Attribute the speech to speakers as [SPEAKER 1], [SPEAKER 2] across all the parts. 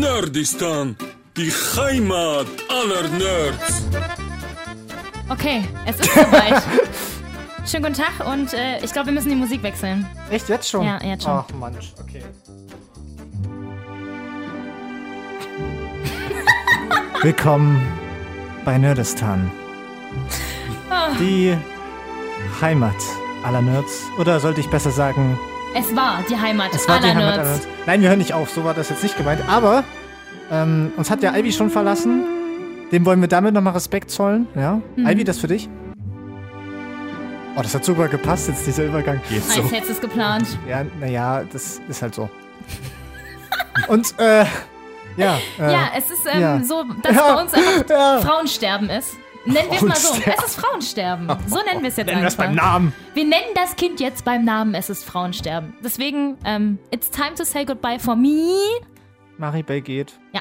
[SPEAKER 1] Nerdistan, die Heimat aller Nerds.
[SPEAKER 2] Okay, es ist soweit. Schönen guten Tag und äh, ich glaube, wir müssen die Musik wechseln.
[SPEAKER 3] Echt jetzt schon?
[SPEAKER 2] Ja, jetzt schon.
[SPEAKER 3] Ach Mann, okay. Willkommen bei Nerdistan.
[SPEAKER 2] Ah.
[SPEAKER 3] Die Heimat aller Nerds. Oder sollte ich besser sagen,
[SPEAKER 2] Es war die Heimat
[SPEAKER 3] es war die
[SPEAKER 2] aller
[SPEAKER 3] Heimat aller
[SPEAKER 2] Nerds.
[SPEAKER 3] Nerds. Nein, wir hören nicht auf, so war das jetzt nicht gemeint. Aber ähm, uns hat der Ivy schon verlassen. Dem wollen wir damit nochmal Respekt zollen. Ja?
[SPEAKER 2] Mhm.
[SPEAKER 3] Ivy, das für dich? Oh, das hat super gepasst jetzt, dieser Übergang.
[SPEAKER 1] Geht
[SPEAKER 2] Als hättest du es geplant.
[SPEAKER 3] Ja, naja, das ist halt so. Und, äh, ja. Äh,
[SPEAKER 2] Ja, es ist ähm,
[SPEAKER 3] ja.
[SPEAKER 2] so, dass
[SPEAKER 3] Ja.
[SPEAKER 2] bei uns einfach
[SPEAKER 3] Ja.
[SPEAKER 2] Frauensterben ist. Nennen wir es mal so.
[SPEAKER 3] Frauensterben.
[SPEAKER 2] Es ist Frauensterben. So nennen wir es jetzt
[SPEAKER 3] Nennen wir es
[SPEAKER 2] einfach.
[SPEAKER 3] beim Namen.
[SPEAKER 2] Wir nennen das Kind jetzt beim Namen. Es ist Frauensterben. Deswegen, ähm, it's time to say goodbye for me.
[SPEAKER 3] Maribel geht.
[SPEAKER 2] Ja.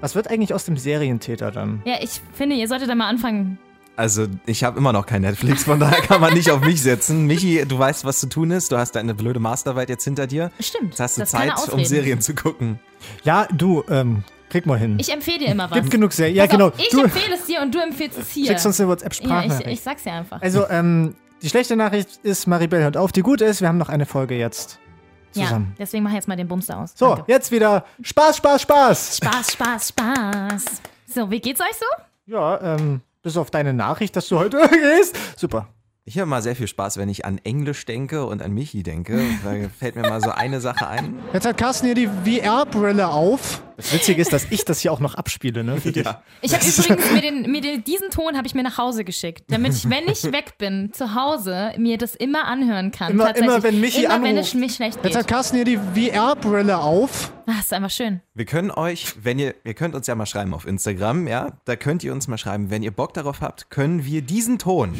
[SPEAKER 3] Was wird eigentlich aus dem Serientäter dann?
[SPEAKER 2] Ja, ich finde, ihr solltet da mal anfangen.
[SPEAKER 4] Also, ich habe immer noch kein Netflix, von daher kann man nicht auf mich setzen. Michi, du weißt, was zu tun ist. Du hast deine blöde Masterarbeit jetzt hinter dir.
[SPEAKER 2] Stimmt.
[SPEAKER 4] Jetzt hast du
[SPEAKER 2] das ist keine
[SPEAKER 4] Zeit, um
[SPEAKER 2] Ausrede.
[SPEAKER 4] Serien zu gucken.
[SPEAKER 3] Ja, du, ähm, krieg mal hin.
[SPEAKER 2] Ich empfehle dir immer was.
[SPEAKER 3] Gibt genug Serien. Ja,
[SPEAKER 2] Pass
[SPEAKER 3] genau.
[SPEAKER 2] auf, ich
[SPEAKER 3] du
[SPEAKER 2] empfehle es dir und du empfiehlst es hier.
[SPEAKER 3] schickst uns eine
[SPEAKER 2] ja, ich,
[SPEAKER 3] WhatsApp-Sprachnachricht.
[SPEAKER 2] ich sag's dir einfach.
[SPEAKER 3] also, ähm, die schlechte Nachricht ist, Maribel hört auf. Die gute ist, wir haben noch eine Folge jetzt zusammen.
[SPEAKER 2] Ja, deswegen mach ich jetzt mal den Bumster aus.
[SPEAKER 3] So,
[SPEAKER 2] Danke.
[SPEAKER 3] jetzt wieder Spaß, Spaß, Spaß.
[SPEAKER 2] Spaß, Spaß, Spaß. So, wie geht's euch so?
[SPEAKER 3] Ja, ähm, bis auf deine Nachricht, dass du heute gehst. Super.
[SPEAKER 4] Ich habe mal sehr viel Spaß, wenn ich an Englisch denke und an Michi denke. Da fällt mir mal so eine Sache ein.
[SPEAKER 3] Jetzt hat Carsten hier die VR-Brille auf. Das Witzige ist, dass ich das hier auch noch abspiele, ne? Für dich.
[SPEAKER 2] Ich habe übrigens mir den, mir den, diesen Ton habe ich mir nach Hause geschickt, damit ich, wenn ich weg bin, zu Hause mir das immer anhören kann.
[SPEAKER 3] Immer-
[SPEAKER 2] Tatsächlich.
[SPEAKER 3] immer, wenn Michi
[SPEAKER 2] immer, wenn
[SPEAKER 3] anruft.
[SPEAKER 2] es mich schlecht
[SPEAKER 3] Jetzt hat
[SPEAKER 2] geht.
[SPEAKER 3] Carsten hier die VR-Brille auf.
[SPEAKER 2] Ach, ist einfach schön.
[SPEAKER 4] Wir können euch, wenn ihr, ihr könnt uns ja mal schreiben auf Instagram, ja, da könnt ihr uns mal schreiben, wenn ihr Bock darauf habt, können wir diesen Ton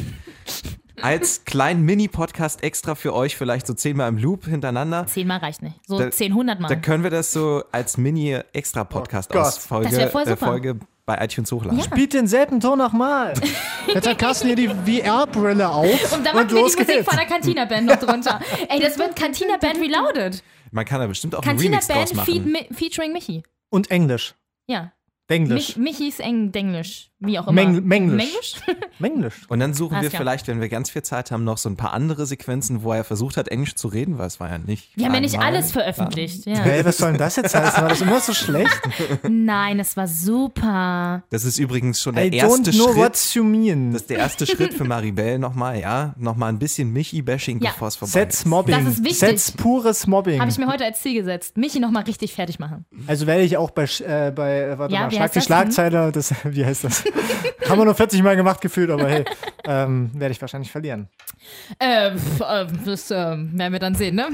[SPEAKER 4] als kleinen Mini-Podcast extra für euch vielleicht so zehnmal im Loop hintereinander.
[SPEAKER 2] Zehnmal reicht nicht. So
[SPEAKER 4] Da-
[SPEAKER 2] zehn, hundert
[SPEAKER 4] Da
[SPEAKER 2] Mal.
[SPEAKER 4] können wir das so als Mini-Extra-Podcast
[SPEAKER 3] Oh Gott.
[SPEAKER 4] aus Folge,
[SPEAKER 2] Das wär voll
[SPEAKER 4] äh,
[SPEAKER 2] super.
[SPEAKER 4] Folge bei iTunes hochladen.
[SPEAKER 2] Ja.
[SPEAKER 3] Biet denselben Ton nochmal. Jetzt hat Carsten hier die VR-Brille auf.
[SPEAKER 2] Und da machen wir
[SPEAKER 3] los
[SPEAKER 2] die Musik
[SPEAKER 3] geht's.
[SPEAKER 2] von der Cantina Band noch drunter. Ey, das wird Cantina Band Reloaded.
[SPEAKER 4] Man kann da bestimmt auch einen
[SPEAKER 2] Cantina
[SPEAKER 4] Remix
[SPEAKER 2] Band
[SPEAKER 4] draus
[SPEAKER 2] feed,
[SPEAKER 4] machen.
[SPEAKER 2] mi, featuring Michi.
[SPEAKER 3] Und Englisch.
[SPEAKER 2] Ja.
[SPEAKER 3] Denglisch.
[SPEAKER 2] Mich, Michis Eng Denglisch. Wie auch immer.
[SPEAKER 3] Meng- Menglisch.
[SPEAKER 2] Menglisch?
[SPEAKER 3] Menglisch.
[SPEAKER 4] Und dann suchen
[SPEAKER 2] Alles
[SPEAKER 4] wir
[SPEAKER 2] klar.
[SPEAKER 4] vielleicht, wenn wir ganz viel Zeit haben, noch so ein paar andere Sequenzen, wo er versucht hat, Englisch zu reden, weil es war ja nicht.
[SPEAKER 2] Wir haben ja nicht
[SPEAKER 4] einmal-
[SPEAKER 2] alles veröffentlicht. Ja.
[SPEAKER 3] Hey, was soll denn das jetzt heißen? War das immer so schlecht?
[SPEAKER 2] Nein, es war super.
[SPEAKER 4] Das ist übrigens schon der
[SPEAKER 3] I
[SPEAKER 4] erste
[SPEAKER 3] don't know
[SPEAKER 4] Schritt.
[SPEAKER 3] what you mean.
[SPEAKER 4] Das ist der erste Schritt für Maribel nochmal, ja? Nochmal ein bisschen Michi-Bashing,
[SPEAKER 2] Ja.
[SPEAKER 4] bevor es vorbei
[SPEAKER 3] Setz
[SPEAKER 4] ist.
[SPEAKER 3] Mobbing.
[SPEAKER 2] Das ist wichtig.
[SPEAKER 3] Setz pures Mobbing.
[SPEAKER 2] Habe ich mir heute als Ziel gesetzt. Michi nochmal richtig fertig machen.
[SPEAKER 3] Also werde ich auch bei, Sch- äh, bei äh, warte
[SPEAKER 2] Ja,
[SPEAKER 3] mal,
[SPEAKER 2] wie
[SPEAKER 3] Schlag
[SPEAKER 2] heißt
[SPEAKER 3] die
[SPEAKER 2] das
[SPEAKER 3] Schlagzeile, das, wie heißt das? Haben wir nur 40 Mal gemacht gefühlt, aber hey, ähm, werde ich wahrscheinlich verlieren.
[SPEAKER 2] Äh, pf, äh, das äh, werden wir dann sehen, ne?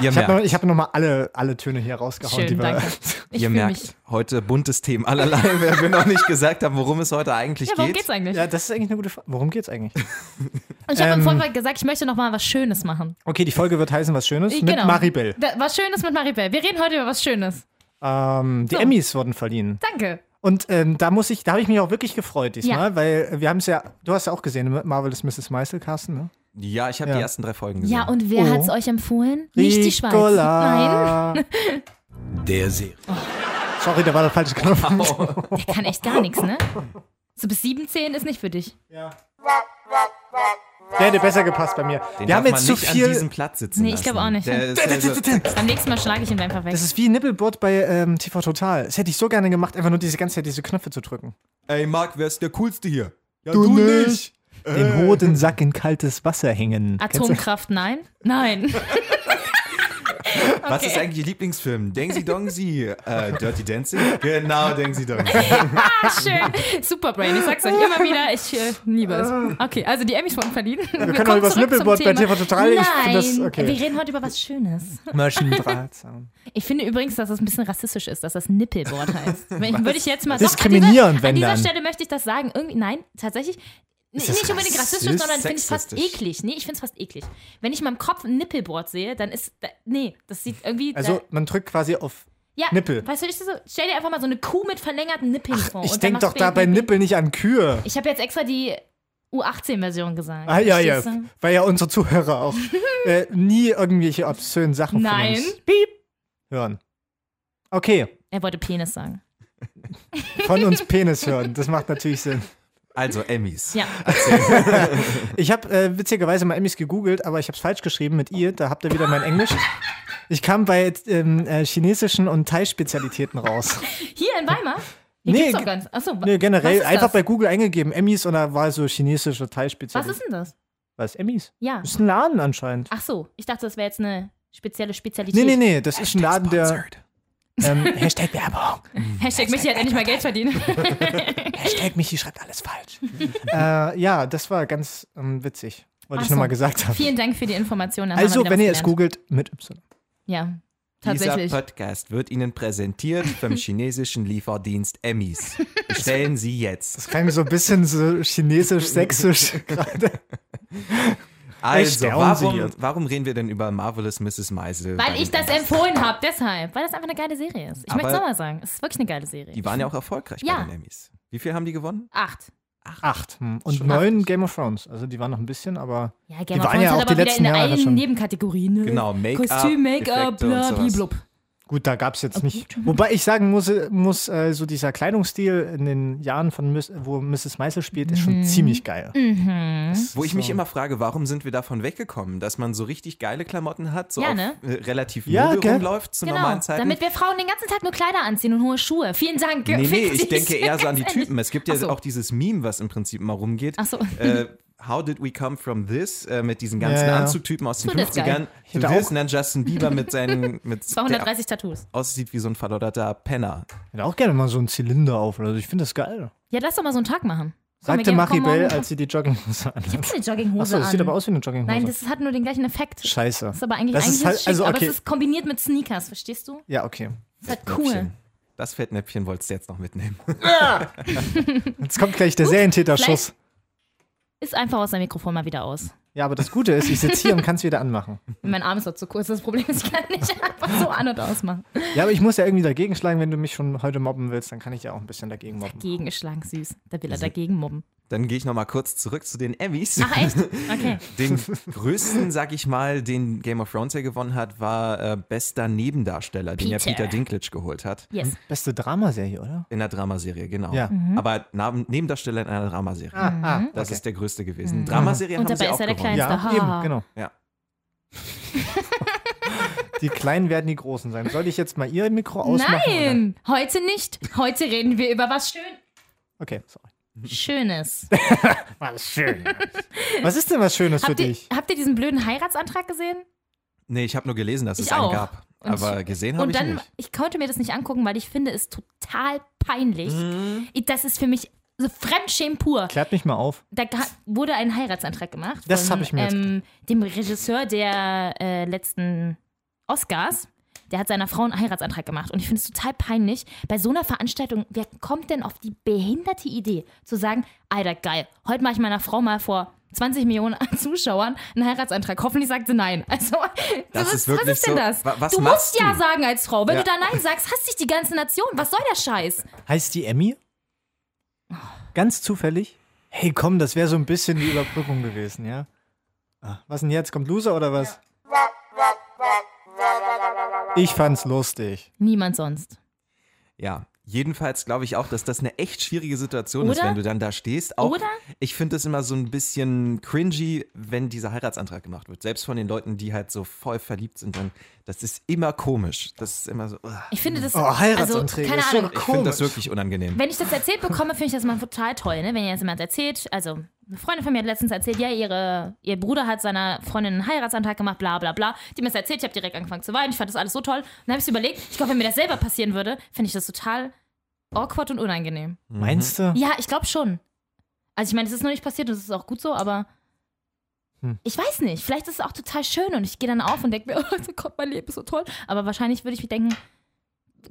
[SPEAKER 4] Ihr
[SPEAKER 3] Ich habe noch,
[SPEAKER 4] merkt,
[SPEAKER 3] ich hab noch mal alle, alle Töne hier rausgehauen.
[SPEAKER 2] Schön,
[SPEAKER 3] die wir,
[SPEAKER 2] danke. Ich
[SPEAKER 4] ihr
[SPEAKER 2] fühle
[SPEAKER 4] merkt
[SPEAKER 2] mich.
[SPEAKER 4] heute buntes Thema allerlei, weil wir noch nicht gesagt haben, worum es heute eigentlich
[SPEAKER 2] Ja, worum
[SPEAKER 4] geht.
[SPEAKER 2] geht's eigentlich?
[SPEAKER 3] Ja, das ist eigentlich eine gute Frage. Worum geht's eigentlich?
[SPEAKER 2] Und ich habe im
[SPEAKER 3] ähm,
[SPEAKER 2] Vorfeld gesagt, ich möchte nochmal was Schönes machen.
[SPEAKER 3] Okay, die Folge wird heißen was Schönes mit
[SPEAKER 2] Genau.
[SPEAKER 3] Maribel.
[SPEAKER 2] Da, was Schönes mit Maribel. Wir reden heute über was Schönes.
[SPEAKER 3] Ähm, die
[SPEAKER 2] So.
[SPEAKER 3] Emmys wurden verliehen.
[SPEAKER 2] Danke.
[SPEAKER 3] Und ähm, da muss ich, da habe ich mich auch wirklich gefreut diesmal,
[SPEAKER 2] Ja.
[SPEAKER 3] weil wir haben es ja, du hast ja auch gesehen, ne? Marvelous Mrs. Meisel, Carsten, ne?
[SPEAKER 4] Ja, ich habe
[SPEAKER 3] Ja.
[SPEAKER 4] die ersten drei Folgen gesehen.
[SPEAKER 2] Ja, und wer
[SPEAKER 3] Oh.
[SPEAKER 2] hat's euch empfohlen? Nicht die Schweiz. Nein,
[SPEAKER 3] Nicola.
[SPEAKER 1] Der See.
[SPEAKER 3] Sorry, da war der falsche Knopf.
[SPEAKER 2] der kann echt gar nichts, ne? So bis 17 ist nicht für dich.
[SPEAKER 3] Der hätte besser gepasst bei mir.
[SPEAKER 4] Den
[SPEAKER 3] wir haben
[SPEAKER 4] darf
[SPEAKER 3] jetzt zu
[SPEAKER 4] man nicht an
[SPEAKER 3] viel.
[SPEAKER 4] diesem Platz sitzen
[SPEAKER 2] Nee, ich glaube
[SPEAKER 4] lassen.
[SPEAKER 2] auch nicht.
[SPEAKER 4] Der ist also,
[SPEAKER 2] Beim nächsten Mal schlage ich ihn einfach weg.
[SPEAKER 3] Das ist wie Nippelboard bei ähm, TV Total. Das hätte ich so gerne gemacht, einfach nur diese ganze Zeit diese Knöpfe zu drücken.
[SPEAKER 4] Ey, Marc, wer ist der Coolste hier? Ja,
[SPEAKER 3] Du nicht. Den Hodensack in kaltes Wasser hängen. Kennst du-
[SPEAKER 2] Atomkraft, nein? Nein.
[SPEAKER 4] Was ist eigentlich Ihr Lieblingsfilm? Dengsi Dongsi, äh, Dirty Dancing? Genau, Dengsi Dongsi.
[SPEAKER 2] Ah, schön. Superbrain, ich sag's euch immer wieder, ich äh, liebe es. Okay, also die Emmys wurden verliehen. Wir,
[SPEAKER 3] Ah. können auch
[SPEAKER 2] kommen
[SPEAKER 3] über das
[SPEAKER 2] zurück zum
[SPEAKER 3] Nippelboard bei
[SPEAKER 2] Thema.
[SPEAKER 3] TV Total, ich
[SPEAKER 2] Nein,
[SPEAKER 3] finde das- okay.
[SPEAKER 2] wir reden heute über was Schönes.
[SPEAKER 3] Maschendrahtzaun.
[SPEAKER 2] Ich finde übrigens, dass das ein bisschen rassistisch ist, dass das Nippelboard heißt. Wenn- Würde ich jetzt mal
[SPEAKER 3] Diskriminierend,
[SPEAKER 2] doch, an
[SPEAKER 3] wenn
[SPEAKER 2] dieser, An
[SPEAKER 3] dann.
[SPEAKER 2] dieser Stelle möchte ich das sagen. Irgendwie, nein, tatsächlich. n- Nicht
[SPEAKER 4] das
[SPEAKER 2] unbedingt rassistisch,
[SPEAKER 4] rassistisch?
[SPEAKER 2] sondern finde ich fast
[SPEAKER 4] Sexistisch?
[SPEAKER 2] eklig. Nee, ich finde es fast eklig. Wenn ich in meinem Kopf ein Nippelboard sehe, dann ist. da- Nee, das sieht irgendwie.
[SPEAKER 3] Also,
[SPEAKER 2] da,
[SPEAKER 3] man drückt quasi auf.
[SPEAKER 2] ja,
[SPEAKER 3] Nippel.
[SPEAKER 2] Weißt du, ich so, stell dir einfach mal so eine Kuh mit verlängerten Nippeln vor.
[SPEAKER 3] Ich
[SPEAKER 2] Oh, und dann
[SPEAKER 3] denk
[SPEAKER 2] machst
[SPEAKER 3] doch
[SPEAKER 2] du
[SPEAKER 3] da
[SPEAKER 2] irgendwie-
[SPEAKER 3] bei Nippel nicht an Kühe.
[SPEAKER 2] Ich habe jetzt extra die U18-Version gesagt.
[SPEAKER 3] Ah, ja, ja.
[SPEAKER 2] Verstehst du?
[SPEAKER 3] Weil ja unsere Zuhörer auch äh, nie irgendwelche obszönen Sachen
[SPEAKER 2] Nein.
[SPEAKER 3] von uns Piep hören. Okay,
[SPEAKER 2] Er wollte Penis sagen.
[SPEAKER 3] von uns Penis hören. Das macht natürlich Sinn.
[SPEAKER 4] Also Emmys.
[SPEAKER 2] Ja.
[SPEAKER 3] Ich habe äh, witzigerweise mal Emmys gegoogelt, aber ich habe es falsch geschrieben mit ihr. Da habt ihr wieder mein Englisch. Ich kam bei ähm, äh, chinesischen und Thai-Spezialitäten raus.
[SPEAKER 2] Hier in Weimar? Hier
[SPEAKER 3] Nee,
[SPEAKER 2] gibt's doch
[SPEAKER 3] ge-
[SPEAKER 2] gar nichts. Achso, wa-
[SPEAKER 3] Nee,
[SPEAKER 2] was
[SPEAKER 3] generell
[SPEAKER 2] ist
[SPEAKER 3] einfach
[SPEAKER 2] das?
[SPEAKER 3] bei Google eingegeben, Emmys und da war so chinesische
[SPEAKER 2] Was
[SPEAKER 3] Thai-Spezialität.
[SPEAKER 2] ist denn das?
[SPEAKER 3] Was, Emmys?
[SPEAKER 2] Ja.
[SPEAKER 3] Das ist ein Laden anscheinend.
[SPEAKER 2] Ach so, ich dachte, das wäre jetzt eine spezielle Spezialität.
[SPEAKER 3] Nee, nee, nee, das ist ein Laden, der.
[SPEAKER 4] Sponsored.
[SPEAKER 3] Ähm, Hashtag Werbung.
[SPEAKER 2] Hashtag Michi hat endlich mal Geld verdient.
[SPEAKER 3] Hashtag Michi schreibt alles falsch. äh, ja, das war ganz ähm, witzig. Wollte
[SPEAKER 2] Ach
[SPEAKER 3] ich nochmal
[SPEAKER 2] so.
[SPEAKER 3] gesagt haben.
[SPEAKER 2] Vielen Dank für die Information. dann haben wir
[SPEAKER 3] Also,
[SPEAKER 2] wieder
[SPEAKER 3] wenn
[SPEAKER 2] was
[SPEAKER 3] ihr es
[SPEAKER 2] gelernt.
[SPEAKER 3] googelt, mit Y.
[SPEAKER 2] Ja,
[SPEAKER 4] Dieser
[SPEAKER 2] tatsächlich.
[SPEAKER 4] Podcast wird Ihnen präsentiert vom chinesischen Lieferdienst Emmys. Bestellen Sie jetzt.
[SPEAKER 3] Das klang so ein bisschen so chinesisch-sächsisch gerade.
[SPEAKER 4] Also,
[SPEAKER 3] Erstaunen Sie
[SPEAKER 4] warum,
[SPEAKER 3] jetzt.
[SPEAKER 4] warum reden wir denn über Marvelous Mrs. Maisel?
[SPEAKER 2] Weil ich das empfohlen habe, deshalb. Weil das einfach eine geile Serie ist. Ich
[SPEAKER 4] Aber-
[SPEAKER 2] möchte es nochmal sagen. Es ist wirklich eine geile Serie.
[SPEAKER 4] Die waren ja auch erfolgreich
[SPEAKER 2] Ja.
[SPEAKER 4] bei den Emmys. Wie viel haben die gewonnen?
[SPEAKER 2] Acht.
[SPEAKER 3] Acht. Hm. Und neun Game of Thrones. Also, die waren noch ein bisschen, aber.
[SPEAKER 2] Ja, Game
[SPEAKER 3] Die
[SPEAKER 2] of
[SPEAKER 3] waren
[SPEAKER 2] Thrones
[SPEAKER 3] ja
[SPEAKER 2] hat
[SPEAKER 3] auch die
[SPEAKER 2] aber wieder
[SPEAKER 3] letzten
[SPEAKER 2] in
[SPEAKER 3] Jahre
[SPEAKER 2] allen
[SPEAKER 3] schon.
[SPEAKER 2] Nebenkategorien. Ne?
[SPEAKER 4] Genau, Make-up,
[SPEAKER 2] Kostüm, Make-up,
[SPEAKER 4] Effekte und
[SPEAKER 2] bla,
[SPEAKER 4] sowas.
[SPEAKER 2] blub.
[SPEAKER 3] Gut, da gab es jetzt nicht. Wobei ich sagen muss, äh, muss äh, so dieser Kleidungsstil in den Jahren, von Miss, wo Mrs. Meisel spielt, ist
[SPEAKER 2] Mhm.
[SPEAKER 3] schon ziemlich geil. Das
[SPEAKER 4] Wo ich
[SPEAKER 3] ist
[SPEAKER 4] mich
[SPEAKER 3] so-
[SPEAKER 4] immer frage, warum sind wir davon weggekommen, dass man so richtig geile Klamotten hat, so
[SPEAKER 2] Ja,
[SPEAKER 4] auf,
[SPEAKER 2] ne?
[SPEAKER 4] äh, relativ
[SPEAKER 3] Ja,
[SPEAKER 4] milde
[SPEAKER 3] gell?
[SPEAKER 4] rumläuft zu
[SPEAKER 2] Genau,
[SPEAKER 4] normalen Zeiten.
[SPEAKER 2] damit wir Frauen den ganzen Tag nur Kleider anziehen und hohe Schuhe. Vielen Dank.
[SPEAKER 4] nee, nee,
[SPEAKER 2] Fix
[SPEAKER 4] ich
[SPEAKER 2] dich.
[SPEAKER 4] denke
[SPEAKER 3] eh-
[SPEAKER 4] eher so an die
[SPEAKER 2] Ganz ehrlich.
[SPEAKER 4] Typen. Es gibt ja
[SPEAKER 2] Ach so.
[SPEAKER 4] auch dieses Meme, was im Prinzip mal rumgeht.
[SPEAKER 2] Ach so.
[SPEAKER 4] Äh, How did we come from this? Äh, mit diesen ganzen
[SPEAKER 3] Ja, ja.
[SPEAKER 4] Anzugtypen aus den
[SPEAKER 2] To this
[SPEAKER 4] 50ern. To
[SPEAKER 3] hätte
[SPEAKER 4] this
[SPEAKER 3] auch-
[SPEAKER 4] und dann Justin Bieber mit seinen, mit
[SPEAKER 2] 230 Tattoos.
[SPEAKER 4] der aussieht wie so ein verlodderter Penner.
[SPEAKER 3] Ich hätte auch gerne mal so einen Zylinder auf oder so. Ich finde das geil.
[SPEAKER 2] Ja, lass doch mal so einen Tag machen. Komm, wir
[SPEAKER 3] Sagte
[SPEAKER 2] gehen- komm
[SPEAKER 3] Maribel,
[SPEAKER 2] morgen-
[SPEAKER 3] als sie die Jogginghose anhat.
[SPEAKER 2] Eine Jogginghose
[SPEAKER 3] Achso, das sieht
[SPEAKER 2] an.
[SPEAKER 3] aber aus wie eine Jogginghose.
[SPEAKER 2] Nein, das hat nur den gleichen Effekt. Das
[SPEAKER 3] Scheiße.
[SPEAKER 2] ist aber eigentlich,
[SPEAKER 3] Das
[SPEAKER 2] eigentlich
[SPEAKER 3] ist halt-
[SPEAKER 2] schick,
[SPEAKER 3] also,
[SPEAKER 2] aber
[SPEAKER 3] okay.
[SPEAKER 2] es ist kombiniert mit Sneakers, verstehst du?
[SPEAKER 3] ja, okay.
[SPEAKER 2] Das ist halt cool.
[SPEAKER 4] Das Fettnäpfchen wolltest du jetzt noch mitnehmen.
[SPEAKER 3] Jetzt kommt gleich der Serientäterschuss.
[SPEAKER 2] Ist einfach aus deinem Mikrofon mal wieder aus.
[SPEAKER 3] Ja, aber das Gute ist, ich sitze hier und kann es wieder anmachen.
[SPEAKER 2] Mein Arm ist doch zu kurz. Das Problem ist, ich kann nicht einfach so an- und ausmachen.
[SPEAKER 3] Ja, aber ich muss ja irgendwie dagegen schlagen, wenn du mich schon heute mobben willst, dann kann ich ja auch ein bisschen dagegen mobben.
[SPEAKER 2] Gegengeschlagen, süß. Da will er dagegen mobben.
[SPEAKER 4] Dann gehe ich nochmal kurz zurück zu den Emmys.
[SPEAKER 2] Ach, echt? Okay.
[SPEAKER 4] Den größten, sag ich mal, den Game of Thrones hier gewonnen hat, war äh, bester Nebendarsteller, den ja
[SPEAKER 2] Peter.
[SPEAKER 4] Peter Dinklage geholt hat.
[SPEAKER 2] Yes.
[SPEAKER 3] Beste Dramaserie, oder?
[SPEAKER 4] In der Dramaserie, genau.
[SPEAKER 3] Ja.
[SPEAKER 2] Mhm.
[SPEAKER 4] Aber Na Nebendarsteller in einer Dramaserie.
[SPEAKER 3] Ah,
[SPEAKER 4] Das ist der größte gewesen. Dramaserie
[SPEAKER 2] Mhm. Und
[SPEAKER 4] haben sie
[SPEAKER 2] dabei
[SPEAKER 4] auch
[SPEAKER 2] ist er der
[SPEAKER 4] gewonnen.
[SPEAKER 2] Kleinste.
[SPEAKER 3] ja,
[SPEAKER 2] Ha.
[SPEAKER 3] eben, genau.
[SPEAKER 4] Ja.
[SPEAKER 3] Die Kleinen werden die Großen sein. Sollte ich jetzt mal ihr Mikro ausmachen? Oder?
[SPEAKER 2] Nein, heute nicht. Heute reden wir über was schön
[SPEAKER 3] Okay, sorry.
[SPEAKER 2] Schönes.
[SPEAKER 3] Was Schönes. Was ist denn was Schönes für
[SPEAKER 2] Habt ihr,
[SPEAKER 3] dich?
[SPEAKER 2] habt ihr diesen blöden Heiratsantrag gesehen?
[SPEAKER 4] Nee, ich habe nur gelesen, dass
[SPEAKER 2] Ich
[SPEAKER 4] es einen
[SPEAKER 2] auch.
[SPEAKER 4] gab.
[SPEAKER 2] Und-
[SPEAKER 4] Aber gesehen habe
[SPEAKER 2] Und
[SPEAKER 4] ich ihn
[SPEAKER 2] dann,
[SPEAKER 4] nicht.
[SPEAKER 2] ich konnte mir das nicht angucken, weil ich finde es total peinlich. Ich- Das ist für mich so Fremdschämen pur.
[SPEAKER 3] Klärt mich mal auf.
[SPEAKER 2] Da ga- wurde ein Heiratsantrag gemacht.
[SPEAKER 3] Das
[SPEAKER 2] von,
[SPEAKER 3] hab ich mir jetzt
[SPEAKER 2] ähm, Dem Regisseur der äh, letzten Oscars. Der hat seiner Frau einen Heiratsantrag gemacht. Und ich finde es total peinlich. Bei so einer Veranstaltung, wer kommt denn auf die behinderte Idee, zu sagen, Alter, geil, heute mache ich meiner Frau mal vor 20 Millionen Zuschauern einen Heiratsantrag. Hoffentlich sagt sie nein. Also,
[SPEAKER 4] Das
[SPEAKER 2] was,
[SPEAKER 4] ist wirklich
[SPEAKER 2] was ist denn
[SPEAKER 4] so-
[SPEAKER 2] das?
[SPEAKER 4] Wa- was
[SPEAKER 2] du
[SPEAKER 4] machst
[SPEAKER 2] musst ja
[SPEAKER 4] du?
[SPEAKER 2] sagen als Frau. Wenn
[SPEAKER 4] Ja.
[SPEAKER 2] du da nein sagst, hasst dich die ganze Nation. Was soll der Scheiß?
[SPEAKER 3] Heißt die Emmy? Ganz zufällig? Hey, komm, das wäre so ein bisschen die Überbrückung gewesen, ja? Ah, Was denn jetzt? Kommt Loser oder was? Ich fand's lustig.
[SPEAKER 2] Niemand sonst.
[SPEAKER 4] Ja. Jedenfalls glaube ich auch, dass das eine echt schwierige Situation ist,
[SPEAKER 2] Oder?
[SPEAKER 4] wenn du dann da stehst. Auch,
[SPEAKER 2] Oder?
[SPEAKER 4] Ich finde es immer so ein bisschen cringy, wenn dieser Heiratsantrag gemacht wird. Selbst von den Leuten, die halt so voll verliebt sind, dann, das ist immer komisch. Das ist immer so. ugh.
[SPEAKER 2] Ich finde das.
[SPEAKER 3] Oh,
[SPEAKER 2] Also,
[SPEAKER 3] Heiratsanträge.
[SPEAKER 2] keine
[SPEAKER 3] ist so
[SPEAKER 2] Ahnung.
[SPEAKER 4] Ich
[SPEAKER 3] komisch.
[SPEAKER 4] finde das wirklich unangenehm.
[SPEAKER 2] Wenn ich das erzählt bekomme, finde ich das mal total toll, ne? Wenn ihr das jemand erzählt, also eine Freundin von mir hat letztens erzählt, ja, ihre, ihr Bruder hat seiner Freundin einen Heiratsantrag gemacht, bla bla bla. Die hat mir das erzählt, ich habe direkt angefangen zu weinen, ich fand das alles so toll. Und dann habe ich so überlegt, ich glaube, wenn mir das selber passieren würde, finde ich das total awkward und unangenehm.
[SPEAKER 4] Mhm.
[SPEAKER 3] Meinst du?
[SPEAKER 2] Ja, ich glaube schon. Also ich meine, es ist noch nicht passiert und es ist auch gut so, aber ich weiß nicht. Vielleicht ist es auch total schön und ich gehe dann auf und denke mir, oh Gott, mein Leben ist so toll. Aber wahrscheinlich würde ich mir denken,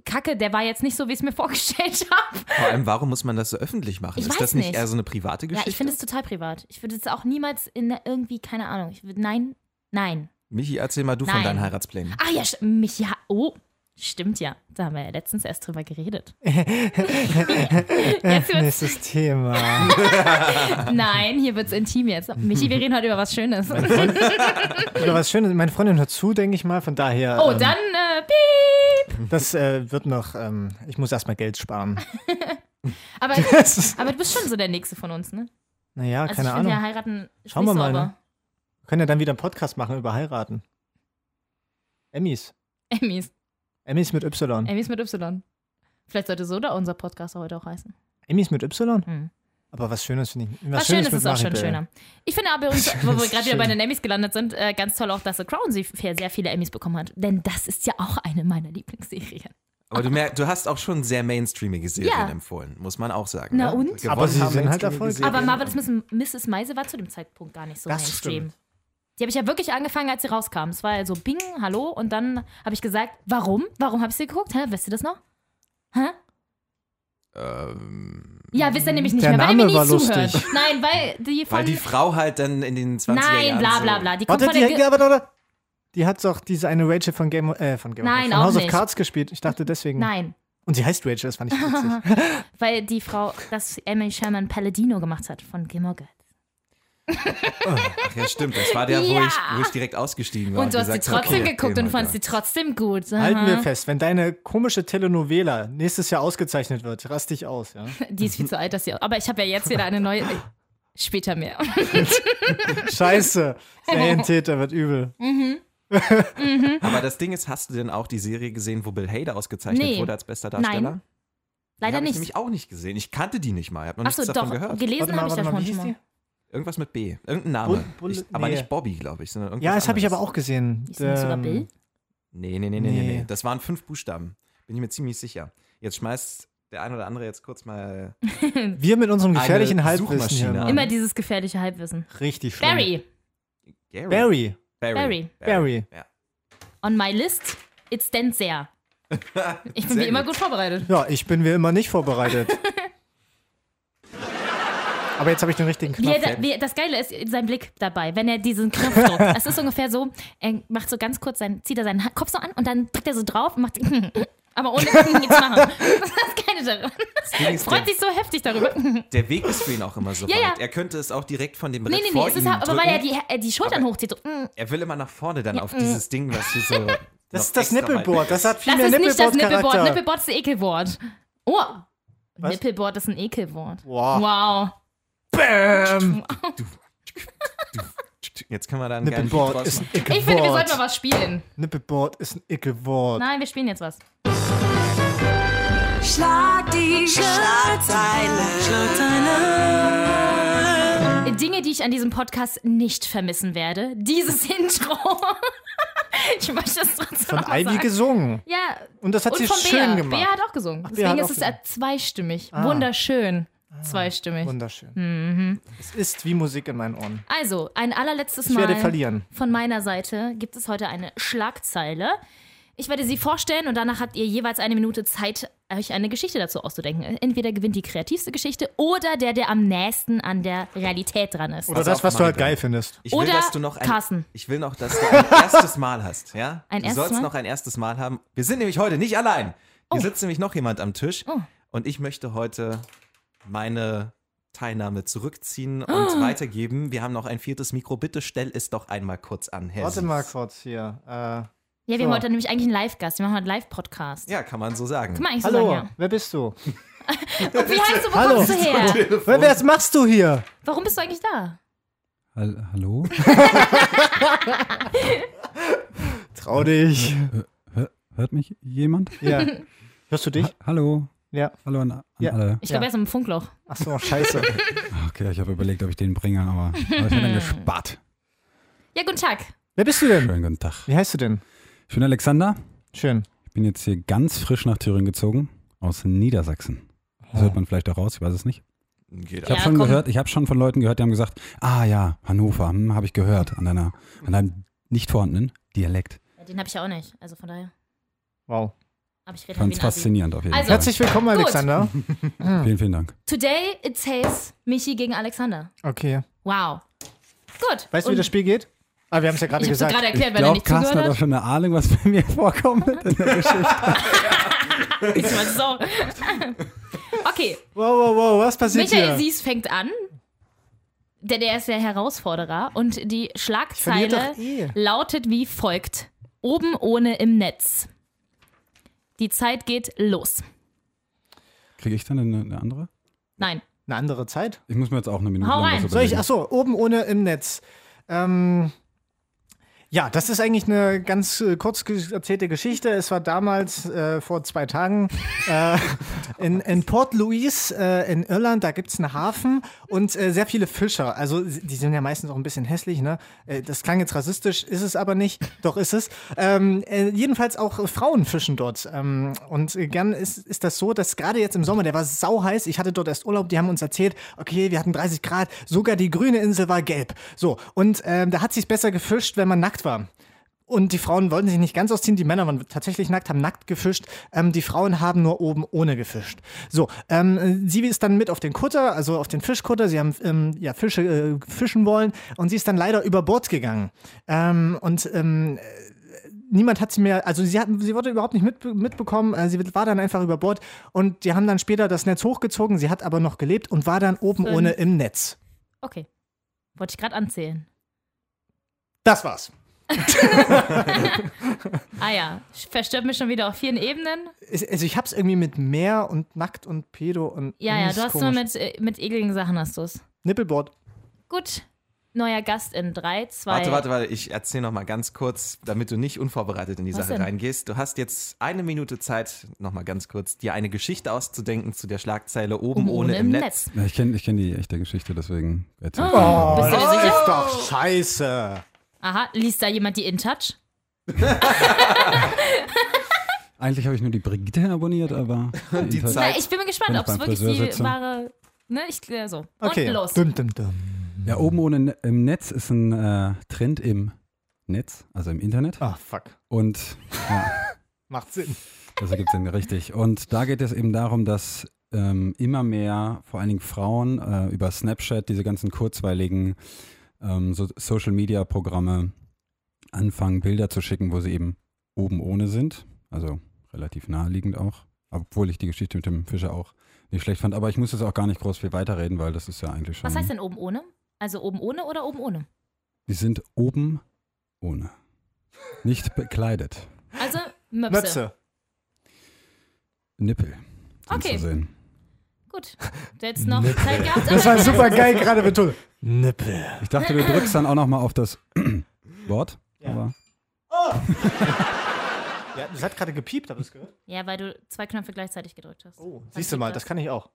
[SPEAKER 2] Kacke, der war jetzt nicht so, wie ich es mir vorgestellt habe.
[SPEAKER 4] Vor allem, warum muss man das so öffentlich machen?
[SPEAKER 2] Ich
[SPEAKER 4] ist
[SPEAKER 2] weiß
[SPEAKER 4] das nicht,
[SPEAKER 2] nicht.
[SPEAKER 4] eher so eine private
[SPEAKER 2] Ja,
[SPEAKER 4] Geschichte?
[SPEAKER 2] ich finde es total privat. Ich würde es auch niemals in der- irgendwie, keine Ahnung, ich würde, nein, nein.
[SPEAKER 4] Michi, erzähl mal du von
[SPEAKER 2] Nein.
[SPEAKER 4] deinen Heiratsplänen.
[SPEAKER 2] Ah ja, st- mich ja, oh, stimmt ja. Da haben wir ja letztens erst drüber geredet. jetzt wird's,
[SPEAKER 3] Nächstes Thema.
[SPEAKER 2] nein, hier wird's intim jetzt. Michi, wir reden heute über was Schönes.
[SPEAKER 3] Oder was Schönes, meine Freundin hört zu, denke ich mal, von daher.
[SPEAKER 2] Oh,
[SPEAKER 3] ähm,
[SPEAKER 2] dann, äh, piep.
[SPEAKER 3] Das äh, wird noch, ähm, ich muss erstmal Geld sparen.
[SPEAKER 2] Aber,
[SPEAKER 3] Das ist-
[SPEAKER 2] aber du bist schon so der Nächste von uns, ne?
[SPEAKER 3] naja,
[SPEAKER 2] Also
[SPEAKER 3] Ah, keine
[SPEAKER 2] ich finde
[SPEAKER 3] Ahnung.
[SPEAKER 2] ja heiraten ist
[SPEAKER 3] Schauen
[SPEAKER 2] nicht
[SPEAKER 3] wir mal, ne?
[SPEAKER 2] sauber.
[SPEAKER 3] Wir können ja dann wieder einen Podcast machen über Heiraten. Emmys.
[SPEAKER 2] Emmys.
[SPEAKER 3] Emmys mit Y.
[SPEAKER 2] Emmys mit Y. Vielleicht sollte so da unser Podcast heute auch heißen.
[SPEAKER 3] Emmys mit Y?
[SPEAKER 2] Hm.
[SPEAKER 3] Aber was Schönes finde ich. Was,
[SPEAKER 2] Was schön ist,
[SPEAKER 3] mit
[SPEAKER 2] ist auch schon
[SPEAKER 3] Maribel.
[SPEAKER 2] schöner. Ich finde aber, uns, wo wir
[SPEAKER 3] ist
[SPEAKER 2] gerade wieder bei
[SPEAKER 3] schön.
[SPEAKER 2] den Emmys gelandet sind, äh, ganz toll auch, dass The Crown sie- sehr viele Emmys bekommen hat. Denn das ist ja auch eine meiner Lieblingsserien.
[SPEAKER 4] Aber du merkst, du hast auch schon sehr mainstreamige Serien
[SPEAKER 2] Ja.
[SPEAKER 4] empfohlen, muss man auch sagen.
[SPEAKER 2] Na
[SPEAKER 4] ja?
[SPEAKER 2] und?
[SPEAKER 4] Gewonnen
[SPEAKER 3] Aber sie
[SPEAKER 4] haben
[SPEAKER 3] sind halt
[SPEAKER 4] mainstreamige
[SPEAKER 3] erfolgreich.
[SPEAKER 4] Serien.
[SPEAKER 2] Aber Marvelous Miss, Mrs. Meise war zu dem Zeitpunkt gar nicht so
[SPEAKER 3] Das
[SPEAKER 2] mainstream.
[SPEAKER 3] stimmt.
[SPEAKER 2] Die habe ich ja wirklich angefangen, als sie rauskam. Es war also Bing, hallo. Und dann habe ich gesagt, warum? Warum habe ich sie geguckt? Hä? Wisst ihr das noch? Hä? ja, wisst ihr nämlich nicht
[SPEAKER 3] Ähm, der
[SPEAKER 2] mehr, weil
[SPEAKER 3] Name
[SPEAKER 2] ihr mir
[SPEAKER 3] war
[SPEAKER 2] nie zuhört.
[SPEAKER 3] lustig.
[SPEAKER 2] Nein, weil die von.
[SPEAKER 4] Weil die Frau halt dann in den 20er
[SPEAKER 2] nein,
[SPEAKER 4] Jahren
[SPEAKER 2] bla
[SPEAKER 4] so-
[SPEAKER 2] bla bla. Die kommt
[SPEAKER 3] Warte,
[SPEAKER 2] von der.
[SPEAKER 3] die,
[SPEAKER 2] Ge
[SPEAKER 3] aber, aber, die hat doch diese eine Rachel von Game, of- äh, von Game
[SPEAKER 2] Nein,
[SPEAKER 3] of, von
[SPEAKER 2] auch
[SPEAKER 3] House
[SPEAKER 2] nicht.
[SPEAKER 3] of Cards gespielt. Ich dachte deswegen.
[SPEAKER 2] nein,
[SPEAKER 3] Und sie heißt Rachel, das fand ich witzig.
[SPEAKER 2] weil die Frau, das Emily Sherman Palladino gemacht hat von Gilmore Girls.
[SPEAKER 4] Ach ja, stimmt. Das war der, wo,
[SPEAKER 2] Ja.
[SPEAKER 4] ich, wo ich direkt ausgestiegen war.
[SPEAKER 2] Und du hast sie
[SPEAKER 4] gesagt
[SPEAKER 2] trotzdem
[SPEAKER 4] okay,
[SPEAKER 2] geguckt
[SPEAKER 4] okay,
[SPEAKER 2] und
[SPEAKER 4] mein
[SPEAKER 2] fandst sie
[SPEAKER 4] Gott.
[SPEAKER 2] trotzdem gut.
[SPEAKER 3] Halten wir
[SPEAKER 2] Aha.
[SPEAKER 3] fest, wenn deine komische Telenovela nächstes Jahr ausgezeichnet wird, rast dich aus, ja?
[SPEAKER 2] Die ist viel zu alt, dass sie. Aber ich habe ja jetzt wieder eine neue. äh, Später mehr.
[SPEAKER 3] Scheiße. Serientäter wird übel.
[SPEAKER 4] Aber das Ding ist, hast du denn auch die Serie gesehen, wo Bill Hader ausgezeichnet
[SPEAKER 2] Nee.
[SPEAKER 4] wurde als bester Darsteller?
[SPEAKER 2] Nein.
[SPEAKER 4] Die
[SPEAKER 2] Leider
[SPEAKER 4] hab Ich
[SPEAKER 2] nicht.
[SPEAKER 4] nämlich auch nicht gesehen. Ich kannte die nicht mal. Ich habe noch
[SPEAKER 2] Achso,
[SPEAKER 4] nichts
[SPEAKER 2] doch,
[SPEAKER 4] davon gehört.
[SPEAKER 2] gelesen habe ich davon schon mal.
[SPEAKER 4] Irgendwas mit B. Irgendein Name.
[SPEAKER 3] Bull- Bull-
[SPEAKER 4] ich, aber
[SPEAKER 3] nee.
[SPEAKER 4] nicht Bobby, glaube ich. Sondern
[SPEAKER 3] Ja,
[SPEAKER 4] irgendwas
[SPEAKER 3] das habe ich aber
[SPEAKER 4] anderes.
[SPEAKER 3] auch gesehen.
[SPEAKER 2] Ist nicht sogar
[SPEAKER 3] Ähm,
[SPEAKER 2] Bill?
[SPEAKER 4] Nee, nee, nee, nee, nee,
[SPEAKER 3] Nee.
[SPEAKER 4] nee. Das waren fünf Buchstaben. Bin ich mir ziemlich sicher. Jetzt schmeißt der ein oder andere jetzt kurz mal.
[SPEAKER 3] Wir mit unserem
[SPEAKER 4] Eine
[SPEAKER 3] gefährlichen Halbwissen
[SPEAKER 4] Suchmaschine
[SPEAKER 3] hier. ne?
[SPEAKER 4] an.
[SPEAKER 2] Immer dieses gefährliche Halbwissen.
[SPEAKER 3] richtig schlimm.
[SPEAKER 2] Barry,
[SPEAKER 4] Gary.
[SPEAKER 3] Barry.
[SPEAKER 2] Barry.
[SPEAKER 3] Barry.
[SPEAKER 4] Ja.
[SPEAKER 2] on my list, it's Dan Sehr. Ich bin
[SPEAKER 4] Sehr
[SPEAKER 2] wie immer
[SPEAKER 4] gut.
[SPEAKER 2] gut vorbereitet.
[SPEAKER 3] Ja, ich bin wie immer nicht vorbereitet. aber jetzt habe ich den richtigen
[SPEAKER 2] Wie
[SPEAKER 3] Knopf.
[SPEAKER 2] er da, wie, das Geile ist sein Blick dabei, wenn er diesen Knopf drückt. Es ist ungefähr so, er macht so ganz kurz, seinen, zieht er seinen Ha- Kopf so an und dann drückt er so drauf und macht aber ohne nichts machen. Das ist das Geile daran.
[SPEAKER 4] Das Ding ist,
[SPEAKER 2] Freut
[SPEAKER 4] der,
[SPEAKER 2] sich so heftig darüber.
[SPEAKER 4] der Weg ist für ihn auch immer so
[SPEAKER 2] Ja,
[SPEAKER 4] weit.
[SPEAKER 2] ja.
[SPEAKER 4] Er könnte es auch direkt von dem Brett
[SPEAKER 2] Nee, nee, nee,
[SPEAKER 4] vor
[SPEAKER 2] es ist
[SPEAKER 4] ihm
[SPEAKER 2] halt, aber weil
[SPEAKER 4] drücken.
[SPEAKER 2] er die, er die Schultern hochzieht. So, mm.
[SPEAKER 4] Er will immer nach vorne dann auf dieses Ding, was hier so.
[SPEAKER 3] das ist das Nippelboard. Das hat viel
[SPEAKER 2] Das
[SPEAKER 3] mehr
[SPEAKER 2] ist nicht das Nippelboard.
[SPEAKER 3] Nippelboard-Charakter.
[SPEAKER 2] Nippelboard ist ein Ekelwort. Oh. Nippelboard ist ein Ekelwort.
[SPEAKER 3] Wow.
[SPEAKER 2] Wow.
[SPEAKER 3] Bam.
[SPEAKER 4] Jetzt können wir da einen geilen Beat
[SPEAKER 3] Nippelboard
[SPEAKER 4] draus
[SPEAKER 3] ist ein
[SPEAKER 4] machen.
[SPEAKER 3] Ickelwort.
[SPEAKER 2] Ich finde, wir sollten mal was spielen.
[SPEAKER 3] Nippelboard ist ein Ickelwort.
[SPEAKER 2] Nein, wir spielen jetzt was.
[SPEAKER 5] Schlag die Schlagzeile.
[SPEAKER 2] Dinge, die ich an diesem Podcast nicht vermissen werde. Dieses Intro. ich möchte das trotzdem
[SPEAKER 3] Von
[SPEAKER 2] noch mal
[SPEAKER 3] Ivy
[SPEAKER 2] sagen.
[SPEAKER 3] gesungen.
[SPEAKER 2] Ja.
[SPEAKER 3] Und das hat sie
[SPEAKER 2] von
[SPEAKER 3] schön
[SPEAKER 2] Bea.
[SPEAKER 3] gemacht.
[SPEAKER 2] Bea hat auch gesungen.
[SPEAKER 3] Bea
[SPEAKER 2] Deswegen
[SPEAKER 3] hat auch
[SPEAKER 2] ist es
[SPEAKER 3] gesungen. Ah.
[SPEAKER 2] äh, zweistimmig. Wunderschön. Zweistimmig.
[SPEAKER 3] Wunderschön.
[SPEAKER 2] Mhm.
[SPEAKER 3] Es ist wie Musik in meinen Ohren.
[SPEAKER 2] Also, ein allerletztes
[SPEAKER 3] Ich
[SPEAKER 2] Mal
[SPEAKER 3] werde verlieren.
[SPEAKER 2] von meiner Seite gibt es heute eine Schlagzeile. Ich werde sie vorstellen und danach habt ihr jeweils eine Minute Zeit, euch eine Geschichte dazu auszudenken. Entweder gewinnt die kreativste Geschichte oder der, der am nächsten an der Realität dran ist.
[SPEAKER 3] Oder
[SPEAKER 4] Pass
[SPEAKER 3] das,
[SPEAKER 4] auf,
[SPEAKER 3] was du halt
[SPEAKER 4] Maribel.
[SPEAKER 3] geil findest.
[SPEAKER 4] Ich will,
[SPEAKER 2] Oder
[SPEAKER 4] dass du noch ein,
[SPEAKER 2] Carsten.
[SPEAKER 4] Ich will noch, dass du ein erstes Mal hast. Ja?
[SPEAKER 2] Ein
[SPEAKER 4] du
[SPEAKER 2] erstes
[SPEAKER 4] sollst
[SPEAKER 2] Mal?
[SPEAKER 4] noch ein erstes Mal haben. Wir sind nämlich heute nicht allein. Hier sitzt nämlich noch jemand am Tisch.
[SPEAKER 2] Oh.
[SPEAKER 4] Und ich möchte heute meine Teilnahme zurückziehen und weitergeben. Wir haben noch ein viertes Mikro. Bitte stell es doch einmal kurz an, Herr
[SPEAKER 3] Warte
[SPEAKER 4] Sies.
[SPEAKER 3] mal kurz hier. Äh,
[SPEAKER 2] Ja, wir
[SPEAKER 3] So.
[SPEAKER 2] haben heute nämlich eigentlich einen Live-Gast. Wir machen heute einen Live-Podcast.
[SPEAKER 4] Ja, kann man so sagen.
[SPEAKER 2] Kann man eigentlich so
[SPEAKER 3] hallo,
[SPEAKER 2] sagen,
[SPEAKER 3] wer bist du?
[SPEAKER 2] ja. Wie heißt du, wo
[SPEAKER 3] Hallo.
[SPEAKER 2] kommst du her?
[SPEAKER 3] Wer, was machst du hier?
[SPEAKER 2] Warum bist du eigentlich da?
[SPEAKER 6] Hall Hallo?
[SPEAKER 3] Trau dich.
[SPEAKER 6] Hör- Hört mich jemand?
[SPEAKER 3] Ja. Hörst du dich?
[SPEAKER 6] Ha Hallo?
[SPEAKER 3] Ja.
[SPEAKER 6] Hallo an, an
[SPEAKER 3] Ja.
[SPEAKER 6] alle.
[SPEAKER 2] Ich glaube,
[SPEAKER 3] Ja.
[SPEAKER 2] er ist im Funkloch.
[SPEAKER 3] Ach so, scheiße.
[SPEAKER 6] Okay, ich habe überlegt, ob ich den bringe, aber, aber ich habe dann gespart.
[SPEAKER 2] Ja, guten Tag.
[SPEAKER 3] wer bist du denn?
[SPEAKER 6] Schönen guten Tag.
[SPEAKER 3] Wie heißt du denn?
[SPEAKER 6] Ich bin Alexander.
[SPEAKER 3] Schön.
[SPEAKER 6] Ich bin jetzt hier ganz frisch nach Thüringen gezogen, aus Niedersachsen. Das hört man vielleicht auch raus, ich weiß es nicht.
[SPEAKER 4] Geht
[SPEAKER 6] Ich habe
[SPEAKER 2] Ja,
[SPEAKER 6] schon
[SPEAKER 2] komm.
[SPEAKER 6] gehört, ich habe schon von Leuten gehört, die haben gesagt, ah ja, Hannover, hm, habe ich gehört, an, deiner, an deinem nicht vorhandenen Dialekt.
[SPEAKER 2] Ja, den habe ich ja auch nicht. Also von daher.
[SPEAKER 3] Wow.
[SPEAKER 2] Aber ich
[SPEAKER 6] Ich
[SPEAKER 2] rede halt wie ein
[SPEAKER 6] fand es
[SPEAKER 2] Asi.
[SPEAKER 6] faszinierend auf jeden
[SPEAKER 2] Also-
[SPEAKER 6] Fall.
[SPEAKER 3] Herzlich willkommen, Alexander.
[SPEAKER 6] Vielen, vielen Dank.
[SPEAKER 2] Today it says Michi gegen Alexander.
[SPEAKER 3] Okay.
[SPEAKER 2] Wow. Gut.
[SPEAKER 3] Weißt du,
[SPEAKER 2] Und
[SPEAKER 3] wie das Spiel geht? Ah, wir haben es ja gerade
[SPEAKER 2] Ich hab's dir
[SPEAKER 3] gesagt.
[SPEAKER 2] gerade erklärt,
[SPEAKER 6] Ich
[SPEAKER 2] weil er
[SPEAKER 6] glaube,
[SPEAKER 2] nicht
[SPEAKER 6] Carsten hat
[SPEAKER 2] zugehört
[SPEAKER 6] auch
[SPEAKER 2] hat.
[SPEAKER 6] schon eine Ahnung, was bei mir vorkommt in der Geschichte.
[SPEAKER 2] Ich weiß es auch. Okay,
[SPEAKER 3] Wow, wow, wow, was passiert
[SPEAKER 2] Michael
[SPEAKER 3] hier?
[SPEAKER 2] Sies fängt an, denn er ist der Herausforderer und die
[SPEAKER 3] verliere
[SPEAKER 2] Schlagzeile
[SPEAKER 3] doch eh.
[SPEAKER 2] lautet wie folgt: Oben ohne im Netz. Die Zeit geht los.
[SPEAKER 6] Kriege ich dann eine, eine andere?
[SPEAKER 2] Nein.
[SPEAKER 3] Eine andere Zeit?
[SPEAKER 6] Ich muss mir jetzt auch eine Minute
[SPEAKER 2] Hau
[SPEAKER 6] lang
[SPEAKER 2] rein.
[SPEAKER 6] was
[SPEAKER 3] Soll ich,
[SPEAKER 6] überlegen.
[SPEAKER 3] achso, oben ohne im Netz. Ähm, ja, das ist eigentlich eine ganz äh, kurz ge- erzählte Geschichte. Es war damals, äh, vor zwei Tagen, äh, in, in Port Louis äh, in Irland, da gibt es einen Hafen und äh, sehr viele Fischer. Also s- die sind ja meistens auch ein bisschen hässlich, ne? Äh, das klang jetzt rassistisch, ist es aber nicht, doch ist es. Ähm, äh, jedenfalls auch äh, Frauen fischen dort. Ähm, und äh, gern ist, ist das so, dass gerade jetzt im Sommer, der war sau heiß, ich hatte dort erst Urlaub, die haben uns erzählt, okay, wir hatten 30 Grad, sogar die grüne Insel war gelb. So, und ähm, da hat sich besser gefischt, wenn man nackt war. Und die Frauen wollten sich nicht ganz ausziehen, die Männer waren tatsächlich nackt, haben nackt gefischt. Ähm, die Frauen haben nur oben ohne gefischt. So, ähm, sie ist dann mit auf den Kutter, also auf den Fischkutter. Sie haben ähm, ja Fische äh, fischen wollen und sie ist dann leider über Bord gegangen. Ähm, und ähm, niemand hat sie mehr, also sie, hat, sie wurde überhaupt nicht mit, mitbekommen, äh, sie war dann einfach über Bord und die haben dann später das Netz hochgezogen, sie hat aber noch gelebt und war dann oben
[SPEAKER 2] Fünf.
[SPEAKER 3] ohne im Netz.
[SPEAKER 2] Okay. Wollte ich gerade anzählen.
[SPEAKER 3] Das war's.
[SPEAKER 2] Ah ja, ich verstört mich schon wieder auf vielen Ebenen.
[SPEAKER 3] Ich- Also ich hab's irgendwie mit Meer und Nackt und Pedo und
[SPEAKER 2] Ja, ja,
[SPEAKER 3] ist
[SPEAKER 2] du hast
[SPEAKER 3] komisch.
[SPEAKER 2] nur mit, äh, mit ekligen Sachen hast du es.
[SPEAKER 3] Nippelboard.
[SPEAKER 2] Gut. Neuer Gast in 3, 2.
[SPEAKER 4] Warte, warte, warte, ich erzähle noch mal ganz kurz, damit du nicht unvorbereitet in die
[SPEAKER 2] Was
[SPEAKER 4] Sache
[SPEAKER 2] denn?
[SPEAKER 4] reingehst. Du hast jetzt eine Minute Zeit, noch mal ganz kurz, dir eine Geschichte auszudenken zu der Schlagzeile oben ohne, im Netz.
[SPEAKER 6] Ja, ich kenne ich kenn die echte Geschichte, deswegen. erzähl
[SPEAKER 4] Ah.
[SPEAKER 6] ich
[SPEAKER 2] Oh, bist du dir sicher?
[SPEAKER 3] ist doch scheiße.
[SPEAKER 2] Aha, liest da jemand die In Touch?
[SPEAKER 6] mal. Eigentlich habe ich nur die Brigitte abonniert, aber.
[SPEAKER 4] Die Zeit-
[SPEAKER 2] Na, ich bin mal gespannt,
[SPEAKER 6] Wenn ich
[SPEAKER 2] ob es
[SPEAKER 6] beim
[SPEAKER 2] wirklich
[SPEAKER 6] Friseur
[SPEAKER 2] die
[SPEAKER 6] sitze.
[SPEAKER 2] wahre. Ne, ich ja, so.
[SPEAKER 3] Okay.
[SPEAKER 2] Und los.
[SPEAKER 3] Dum, dum, dum.
[SPEAKER 6] Ja, oben ohne Ne- im Netz ist ein äh, Trend im Netz, also im Internet.
[SPEAKER 3] Ah, fuck.
[SPEAKER 6] Und
[SPEAKER 3] Macht Sinn.
[SPEAKER 6] das ergibt Sinn, richtig. Und da geht es eben darum, dass ähm, immer mehr, vor allen Dingen Frauen, äh, über Snapchat diese ganzen kurzweiligen ähm, so Social-Media-Programme anfangen, Bilder zu schicken, wo sie eben oben ohne sind. Also relativ naheliegend auch. Obwohl ich die Geschichte mit dem Fischer auch nicht schlecht fand. Aber ich muss jetzt auch gar nicht groß viel weiterreden, weil das ist ja eigentlich schon.
[SPEAKER 2] Was heißt denn oben ohne? Also oben ohne oder oben ohne?
[SPEAKER 6] Die sind oben ohne. Nicht bekleidet.
[SPEAKER 2] Also Möpse.
[SPEAKER 3] Möpse.
[SPEAKER 6] Nippel. sind
[SPEAKER 2] Okay.
[SPEAKER 6] Zu sehen.
[SPEAKER 2] Gut. Du hättest noch Zeit gehabt.
[SPEAKER 3] Das
[SPEAKER 2] aber-
[SPEAKER 3] war super geil gerade betont. Nippel.
[SPEAKER 6] Ich dachte, du drückst dann auch nochmal auf das Wort. Aber
[SPEAKER 3] Ja, das hat gerade gepiept, hab ich gehört.
[SPEAKER 2] ja, weil du zwei Knöpfe gleichzeitig gedrückt hast.
[SPEAKER 3] Oh,
[SPEAKER 2] Was
[SPEAKER 3] siehst du
[SPEAKER 2] liegt
[SPEAKER 3] mal,
[SPEAKER 2] das?
[SPEAKER 3] das kann ich auch.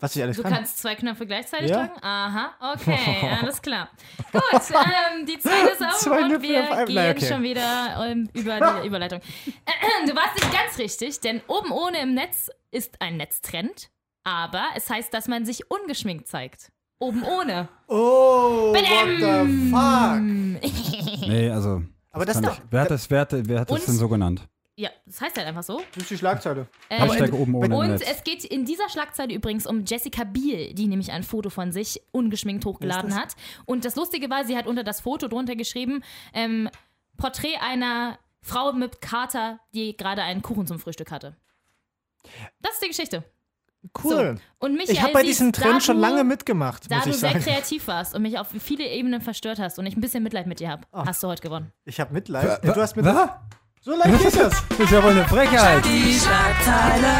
[SPEAKER 3] Was ich alles
[SPEAKER 2] Du
[SPEAKER 3] kann.
[SPEAKER 2] kannst zwei Knöpfe gleichzeitig
[SPEAKER 3] Ja.
[SPEAKER 2] drücken? Aha, okay, alles klar. Gut, ähm, die Zeit ist auf
[SPEAKER 3] Zwei
[SPEAKER 2] und
[SPEAKER 3] Knöpfe
[SPEAKER 2] wir
[SPEAKER 3] auf einmal.
[SPEAKER 2] gehen
[SPEAKER 3] Nein, okay.
[SPEAKER 2] schon wieder ähm, über die Überleitung. Du warst nicht ganz richtig, denn oben ohne im Netz ist ein Netztrend, aber es heißt, dass man sich ungeschminkt zeigt. Oben ohne.
[SPEAKER 3] Oh,
[SPEAKER 2] Badam.
[SPEAKER 3] what the fuck.
[SPEAKER 6] nee, also.
[SPEAKER 3] Aber das
[SPEAKER 6] kann
[SPEAKER 3] ist
[SPEAKER 6] ich-
[SPEAKER 3] doch-
[SPEAKER 6] Wer hat das, wer hat, wer hat das
[SPEAKER 2] Uns-
[SPEAKER 6] denn so genannt?
[SPEAKER 2] Ja, das heißt halt einfach so.
[SPEAKER 3] Das ist die Schlagzeile.
[SPEAKER 2] Ähm,
[SPEAKER 6] Hashtag oben ohne im
[SPEAKER 2] Und
[SPEAKER 6] Netz.
[SPEAKER 2] es geht in dieser Schlagzeile übrigens um Jessica Biel, die nämlich ein Foto von sich ungeschminkt hochgeladen hat. Und das Lustige war, sie hat unter das Foto drunter geschrieben, ähm, Porträt einer Frau mit Kater, die gerade einen Kuchen zum Frühstück hatte. Das ist die Geschichte.
[SPEAKER 3] Cool.
[SPEAKER 2] So. Und Michael,
[SPEAKER 3] Ich habe bei
[SPEAKER 2] siehst,
[SPEAKER 3] diesem
[SPEAKER 2] da
[SPEAKER 3] Trend schon
[SPEAKER 2] du-
[SPEAKER 3] lange mitgemacht,
[SPEAKER 2] Da
[SPEAKER 3] muss
[SPEAKER 2] du
[SPEAKER 3] ich
[SPEAKER 2] sehr
[SPEAKER 3] sagen.
[SPEAKER 2] kreativ warst und mich auf viele Ebenen verstört hast und ich ein bisschen Mitleid mit dir habe, hast du heute gewonnen.
[SPEAKER 3] Ich habe Mitleid.
[SPEAKER 6] Wa-
[SPEAKER 3] Du hast Mitleid.
[SPEAKER 6] Wa?
[SPEAKER 3] So leicht ist das.
[SPEAKER 6] Das ist ja wohl eine Frechheit.
[SPEAKER 5] Die Schlagzeile.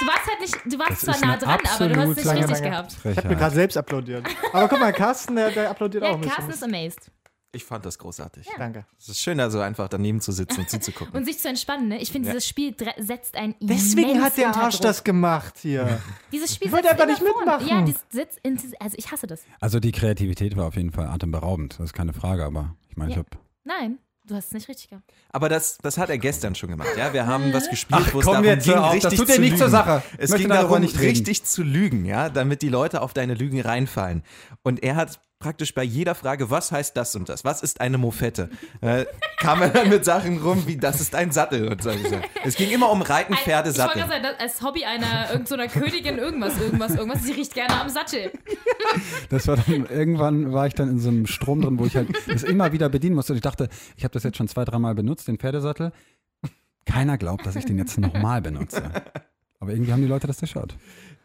[SPEAKER 2] Du warst halt nicht, du warst
[SPEAKER 6] Das
[SPEAKER 2] zwar
[SPEAKER 6] ist
[SPEAKER 2] nah
[SPEAKER 6] eine
[SPEAKER 2] dran, aber du hast es
[SPEAKER 6] absolut
[SPEAKER 2] nicht
[SPEAKER 6] lange,
[SPEAKER 2] richtig
[SPEAKER 3] lange-
[SPEAKER 2] gehabt.
[SPEAKER 3] Ich habe mir
[SPEAKER 6] Frechheit.
[SPEAKER 3] gerade selbst applaudiert. Aber guck mal, Carsten, der, der applaudiert auch
[SPEAKER 2] Ja,
[SPEAKER 3] ein bisschen.
[SPEAKER 2] Carsten ist amazed.
[SPEAKER 4] Ich fand das großartig.
[SPEAKER 3] Danke.
[SPEAKER 4] Es ist schön, da so einfach daneben zu sitzen und zuzugucken.
[SPEAKER 2] Und sich zu entspannen, ne? Ich finde, dieses Spiel dre- setzt ein
[SPEAKER 3] Deswegen
[SPEAKER 2] immens
[SPEAKER 3] hat der
[SPEAKER 2] unter
[SPEAKER 3] Arsch
[SPEAKER 2] Druck.
[SPEAKER 3] das gemacht hier.
[SPEAKER 2] Dieses Spiel
[SPEAKER 3] Ich wollte
[SPEAKER 2] setzt
[SPEAKER 3] einfach nicht
[SPEAKER 2] immer vorne.
[SPEAKER 3] mitmachen.
[SPEAKER 2] Ja, das setzt in, also ich hasse das.
[SPEAKER 6] Also die Kreativität war auf jeden Fall atemberaubend. Das ist keine Frage, aber ich meine, ich
[SPEAKER 2] Ja.
[SPEAKER 6] habe.
[SPEAKER 2] Nein, du hast es nicht richtig gehabt.
[SPEAKER 4] Aber das, das hat er gestern schon gemacht. Ja, wir haben was gespielt, wo es
[SPEAKER 6] komm
[SPEAKER 4] darum
[SPEAKER 6] jetzt, hör
[SPEAKER 4] ging,
[SPEAKER 6] auf, das
[SPEAKER 4] richtig
[SPEAKER 6] tut dir
[SPEAKER 4] zu
[SPEAKER 6] nicht
[SPEAKER 4] lügen.
[SPEAKER 6] zur Sache. Ich
[SPEAKER 4] Es
[SPEAKER 6] möchte
[SPEAKER 4] ging
[SPEAKER 6] darüber
[SPEAKER 4] darum,
[SPEAKER 6] nicht reden.
[SPEAKER 4] richtig zu lügen, ja, damit die Leute auf deine Lügen reinfallen. Und er hat praktisch bei jeder Frage, was heißt das und das? Was ist eine Mofette? Äh, kam er dann mit Sachen rum wie, das ist ein Sattel und so. Es ging immer um Reiten,
[SPEAKER 2] Ein-
[SPEAKER 4] Pferde,
[SPEAKER 2] ich wollte gerade
[SPEAKER 4] Sattel.
[SPEAKER 2] sagen, das- als Hobby einer irgendeiner Königin irgendwas, irgendwas, irgendwas, sie riecht gerne am Sattel.
[SPEAKER 6] Das war dann, irgendwann war ich dann in so einem Strom drin, wo ich halt das immer wieder bedienen musste. Und ich dachte, ich habe das jetzt schon zwei, dreimal benutzt, den Pferdesattel. Keiner glaubt, dass ich den jetzt nochmal benutze. Aber irgendwie haben die Leute das durchschaut.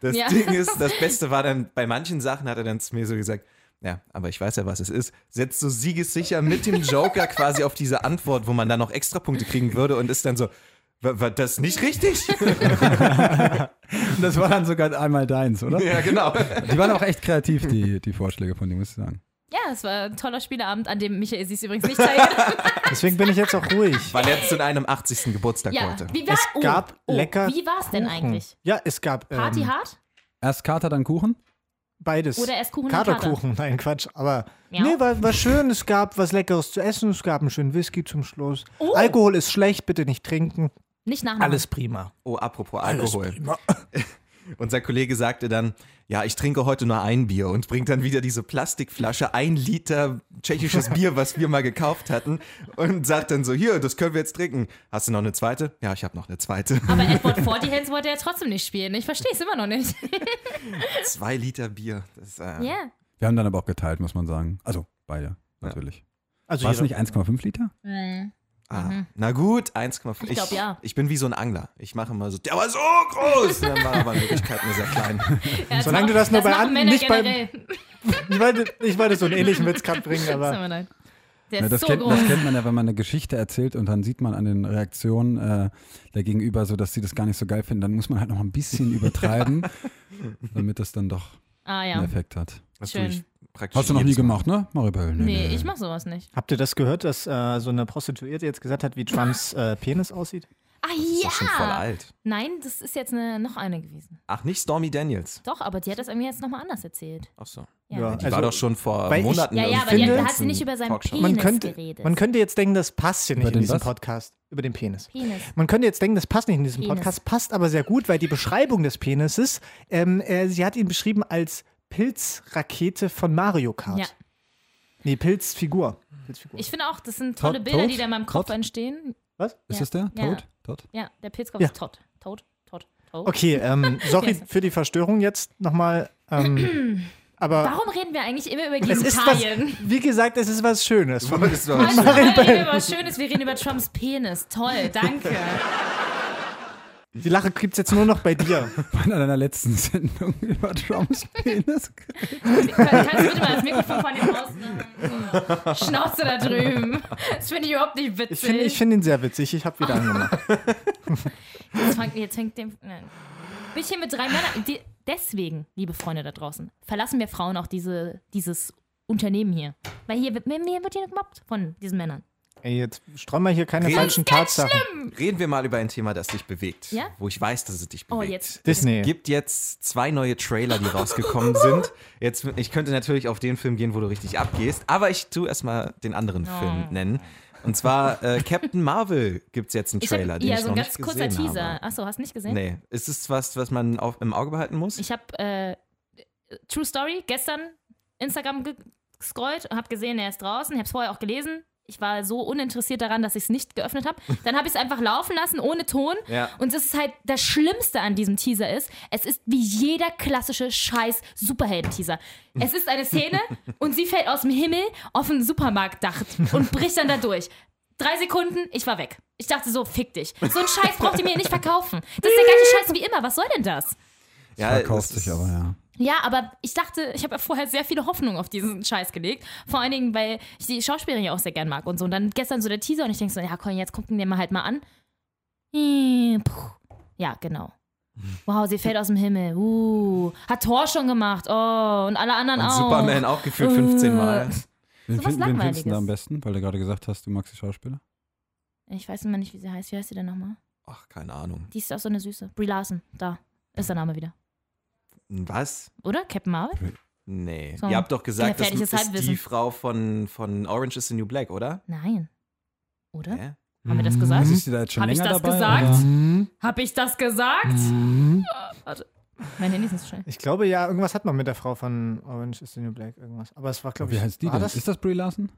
[SPEAKER 4] Das
[SPEAKER 2] Ja.
[SPEAKER 4] Ding ist, das Beste war dann, bei manchen Sachen hat er dann zu mir so gesagt, ja, aber ich weiß ja, was es ist. Setzt so siegessicher mit dem Joker quasi auf diese Antwort, wo man dann noch extra Punkte kriegen würde und ist dann so, War, war das nicht richtig?
[SPEAKER 6] Das war dann sogar einmal deins, oder?
[SPEAKER 4] ja, genau.
[SPEAKER 6] Die waren auch echt kreativ, die, die Vorschläge von dir, muss ich sagen.
[SPEAKER 2] Ja, es war ein toller Spieleabend, an dem Michael sich übrigens nicht teilgenommen hat.
[SPEAKER 3] Deswegen bin ich jetzt auch ruhig.
[SPEAKER 4] Weil jetzt zu deinem 80. Geburtstag
[SPEAKER 2] Ja,
[SPEAKER 4] heute.
[SPEAKER 2] wie war Oh,
[SPEAKER 3] Es gab lecker
[SPEAKER 2] Wie war es denn eigentlich?
[SPEAKER 3] Ja, es gab ähm,
[SPEAKER 2] Party hart?
[SPEAKER 6] Erst Kater, dann Kuchen.
[SPEAKER 3] beides.
[SPEAKER 2] Oder erst Kuchen und
[SPEAKER 3] Katerkuchen, nein, Quatsch. Aber
[SPEAKER 2] Ja.
[SPEAKER 3] nee, war, war schön, es gab was Leckeres zu essen, es gab einen schönen Whisky zum Schluss.
[SPEAKER 2] Oh.
[SPEAKER 3] Alkohol ist schlecht, bitte nicht trinken.
[SPEAKER 2] Nicht nachmachen.
[SPEAKER 3] Alles prima.
[SPEAKER 4] Oh, apropos
[SPEAKER 3] Alles
[SPEAKER 4] Alkohol.
[SPEAKER 3] prima.
[SPEAKER 4] Unser Kollege sagte dann, ja, ich trinke heute nur ein Bier und bringt dann wieder diese Plastikflasche, ein Liter tschechisches Bier, was wir mal gekauft hatten und sagt dann so, hier, das können wir jetzt trinken. Hast du noch eine zweite? Ja, ich habe noch eine zweite.
[SPEAKER 2] Aber Edward 40 Hands wollte er trotzdem nicht spielen. Ich verstehe es immer noch nicht.
[SPEAKER 4] Zwei Liter Bier. Das ist, äh,
[SPEAKER 2] Ja.
[SPEAKER 6] Wir haben dann aber auch geteilt, muss man sagen. Also beide, natürlich.
[SPEAKER 3] Also
[SPEAKER 6] War es
[SPEAKER 3] jeder-
[SPEAKER 6] nicht 1,5 Liter?
[SPEAKER 4] ah, Na gut, 1,5.
[SPEAKER 2] Mhm. Ich glaub, ja.
[SPEAKER 4] Ich bin wie so ein Angler. Ich mache immer so, der war so groß. Der war aber in Wirklichkeit nur sehr klein.
[SPEAKER 2] Ja,
[SPEAKER 3] Solange
[SPEAKER 2] mach-
[SPEAKER 3] du das nur bei
[SPEAKER 2] machen
[SPEAKER 3] an-
[SPEAKER 2] Männer
[SPEAKER 3] nicht beim-
[SPEAKER 2] generell.
[SPEAKER 3] Ich wollte, ich wollte so einen ähnlichen Witz gerade bringen,
[SPEAKER 2] Sag
[SPEAKER 3] aber
[SPEAKER 2] mal nein. Der ist
[SPEAKER 6] Ja, Ne, das,
[SPEAKER 2] so
[SPEAKER 6] kennt,
[SPEAKER 2] groß.
[SPEAKER 6] das kennt man ja, wenn man eine Geschichte erzählt und dann sieht man an den Reaktionen äh, der Gegenüber so, dass sie das gar nicht so geil finden. Dann muss man halt noch ein bisschen übertreiben, damit das dann doch
[SPEAKER 2] Ah ja.
[SPEAKER 6] einen Effekt hat.
[SPEAKER 4] Das
[SPEAKER 2] Schön.
[SPEAKER 4] praktisch
[SPEAKER 6] Hast du noch nie
[SPEAKER 4] jedes Mal.
[SPEAKER 6] gemacht, ne? Maribel?
[SPEAKER 2] Nee, ich mach sowas nicht.
[SPEAKER 3] habt ihr das gehört, dass äh, so eine Prostituierte jetzt gesagt hat, wie Trumps äh, Penis aussieht?
[SPEAKER 2] Ah
[SPEAKER 4] Das ist doch schon voll
[SPEAKER 2] ja.
[SPEAKER 4] alt.
[SPEAKER 2] Nein, das ist jetzt eine, noch eine gewesen.
[SPEAKER 4] Ach, nicht Stormy Daniels.
[SPEAKER 2] Doch, aber die hat das irgendwie jetzt nochmal anders erzählt.
[SPEAKER 4] Ach so.
[SPEAKER 2] Ja.
[SPEAKER 6] Also,
[SPEAKER 4] Die war doch schon vor
[SPEAKER 3] weil ich-
[SPEAKER 4] Monaten.
[SPEAKER 2] Ja, ja, aber
[SPEAKER 3] die-
[SPEAKER 4] irgendwie
[SPEAKER 3] da
[SPEAKER 2] hat sie nicht
[SPEAKER 4] in
[SPEAKER 2] über seinen
[SPEAKER 4] Talkshow.
[SPEAKER 2] Penis
[SPEAKER 3] man könnte,
[SPEAKER 2] geredet.
[SPEAKER 3] man könnte jetzt denken, das passt hier
[SPEAKER 6] Über
[SPEAKER 3] nicht in
[SPEAKER 6] den
[SPEAKER 3] diesem
[SPEAKER 6] was?
[SPEAKER 3] Podcast. Über den Penis.
[SPEAKER 2] Penis.
[SPEAKER 3] Man könnte jetzt denken, das passt nicht in diesem
[SPEAKER 2] Penis.
[SPEAKER 3] Podcast, passt aber sehr gut, weil die Beschreibung des Penises, ähm, äh, sie hat ihn beschrieben als Pilzrakete von Mario Kart.
[SPEAKER 2] Ja.
[SPEAKER 3] Nee, Pilzfigur. Pilzfigur.
[SPEAKER 2] Ich finde auch, das sind tolle
[SPEAKER 6] Todd,
[SPEAKER 2] Bilder,
[SPEAKER 6] Todd,
[SPEAKER 2] die da in meinem Kopf
[SPEAKER 6] Todd.
[SPEAKER 2] entstehen.
[SPEAKER 3] Was?
[SPEAKER 6] Ist
[SPEAKER 2] Ja.
[SPEAKER 6] das der?
[SPEAKER 2] Ja.
[SPEAKER 6] Toad? Toad?
[SPEAKER 2] Ja, der Pilzkopf
[SPEAKER 3] Ja.
[SPEAKER 2] ist tot. Tot, tot, tot.
[SPEAKER 3] Okay, ähm, sorry für die Verstörung jetzt nochmal. Ähm, aber
[SPEAKER 2] Warum reden wir eigentlich immer über
[SPEAKER 3] es ist was,
[SPEAKER 2] Genitalien?
[SPEAKER 3] wie gesagt, es ist was Schönes.
[SPEAKER 4] Das ist doch-
[SPEAKER 2] Manchmal reden wir über was Schönes, wir reden über Trumps Penis. Toll, danke.
[SPEAKER 3] Die Lache gibt's jetzt nur noch bei dir.
[SPEAKER 6] Bei einer deiner letzten Sendung über Trumps Penis.
[SPEAKER 3] Äh,
[SPEAKER 2] Kann- Kannst du bitte mal das Mikrofon von dem rausnehmen? So. Schnauze da drüben. Das finde ich überhaupt nicht
[SPEAKER 3] Ich finde
[SPEAKER 2] witzig.
[SPEAKER 3] ich find ihn sehr witzig. Ich habe wieder angemacht.
[SPEAKER 2] jetzt, fängt, jetzt fängt dem. Nein. Bin ich hier mit drei Männern. Die, deswegen, liebe Freunde da draußen, verlassen wir Frauen auch diese, dieses Unternehmen hier. Weil hier wird, mir, mir wird hier gemobbt von diesen Männern.
[SPEAKER 3] Ey, jetzt streuen wir hier keine
[SPEAKER 4] Reden-
[SPEAKER 3] falschen Tatsachen.
[SPEAKER 4] Reden wir mal über ein Thema, das dich bewegt.
[SPEAKER 2] Ja?
[SPEAKER 4] Wo ich weiß, dass es dich
[SPEAKER 2] Oh,
[SPEAKER 4] bewegt.
[SPEAKER 2] jetzt.
[SPEAKER 3] Disney.
[SPEAKER 4] Es gibt jetzt zwei neue Trailer, die rausgekommen sind. Jetzt, ich könnte natürlich auf den Film gehen, wo du richtig abgehst, aber ich tue erstmal den anderen Film nennen. Und zwar äh, Captain Marvel gibt es jetzt einen
[SPEAKER 2] Ich hab,
[SPEAKER 4] Trailer, den
[SPEAKER 2] ja,
[SPEAKER 4] ich
[SPEAKER 2] so
[SPEAKER 4] noch
[SPEAKER 2] ein ganz
[SPEAKER 4] nicht
[SPEAKER 2] kurzer
[SPEAKER 4] gesehen
[SPEAKER 2] Teaser.
[SPEAKER 4] habe.
[SPEAKER 2] Achso, hast du nicht gesehen?
[SPEAKER 4] Nee, ist es was, was man auf, im Auge behalten muss?
[SPEAKER 2] Ich habe äh, True Story gestern Instagram ge- gescrollt und habe gesehen, er ist draußen. Ich habe es vorher auch gelesen. Ich war so uninteressiert daran, dass ich es nicht geöffnet habe. Dann habe ich es einfach laufen lassen, ohne Ton.
[SPEAKER 4] Ja.
[SPEAKER 2] Und das ist halt das Schlimmste an diesem Teaser ist, es ist wie jeder klassische scheiß Superhelden-Teaser. Es ist eine Szene und sie fällt aus dem Himmel auf ein Supermarktdach und bricht dann da durch. Drei Sekunden, ich war weg. Ich dachte so, fick dich. So einen Scheiß braucht ihr mir nicht verkaufen. Das ist der gleiche Scheiß wie immer. Was soll denn das?
[SPEAKER 4] ja,
[SPEAKER 6] Verkauft
[SPEAKER 4] das ist-
[SPEAKER 6] sich aber, ja.
[SPEAKER 2] Ja, aber ich dachte, ich habe ja vorher sehr viele Hoffnungen auf diesen Scheiß gelegt. Vor allen Dingen, weil ich die Schauspielerin ja auch sehr gern mag und so. Und dann gestern so der Teaser und ich denke so, ja, komm, jetzt gucken wir mal halt mal an. Ih, puh. Ja, genau. Wow, sie fällt aus dem Himmel. Uh, hat Tor schon gemacht. Oh, und alle anderen
[SPEAKER 4] Und
[SPEAKER 2] auch. Äh.
[SPEAKER 4] Superman auch gefühlt 15 Mal.
[SPEAKER 6] Wen,
[SPEAKER 2] Sowas
[SPEAKER 6] finden- wen findest du
[SPEAKER 2] Langweiliges.
[SPEAKER 6] da am besten? Weil du gerade gesagt hast, du magst die Schauspieler.
[SPEAKER 2] Ich weiß immer nicht, wie sie heißt. Wie heißt sie denn nochmal?
[SPEAKER 4] Ach, keine Ahnung.
[SPEAKER 2] Die ist auch so eine süße. Brie Larson. Da ist der Name wieder.
[SPEAKER 4] Was?
[SPEAKER 2] Oder? Captain Marvel?
[SPEAKER 4] Nee.
[SPEAKER 2] So.
[SPEAKER 4] Ihr habt doch gesagt, das
[SPEAKER 2] Gefährliches
[SPEAKER 4] ist die
[SPEAKER 2] Halbwissen.
[SPEAKER 4] Frau von, von Orange is the New Black, oder?
[SPEAKER 2] Nein. Oder?
[SPEAKER 4] Hä?
[SPEAKER 2] Haben
[SPEAKER 4] Mhm.
[SPEAKER 2] wir das gesagt?
[SPEAKER 6] Ist die da jetzt schon
[SPEAKER 2] Hab ich
[SPEAKER 6] länger
[SPEAKER 2] das
[SPEAKER 6] dabei?
[SPEAKER 2] gesagt?
[SPEAKER 6] oder?
[SPEAKER 3] Mhm.
[SPEAKER 2] Hab ich das gesagt?
[SPEAKER 4] Mhm.
[SPEAKER 2] Ah, Warte. Mein Handy ist nicht so schnell.
[SPEAKER 3] Ich glaube ja, irgendwas hat man mit der Frau von Orange is the New Black irgendwas. Aber es war, glaube ich,
[SPEAKER 6] Wie heißt die
[SPEAKER 3] war
[SPEAKER 6] denn?
[SPEAKER 3] das?
[SPEAKER 6] Ist das Brie Larson?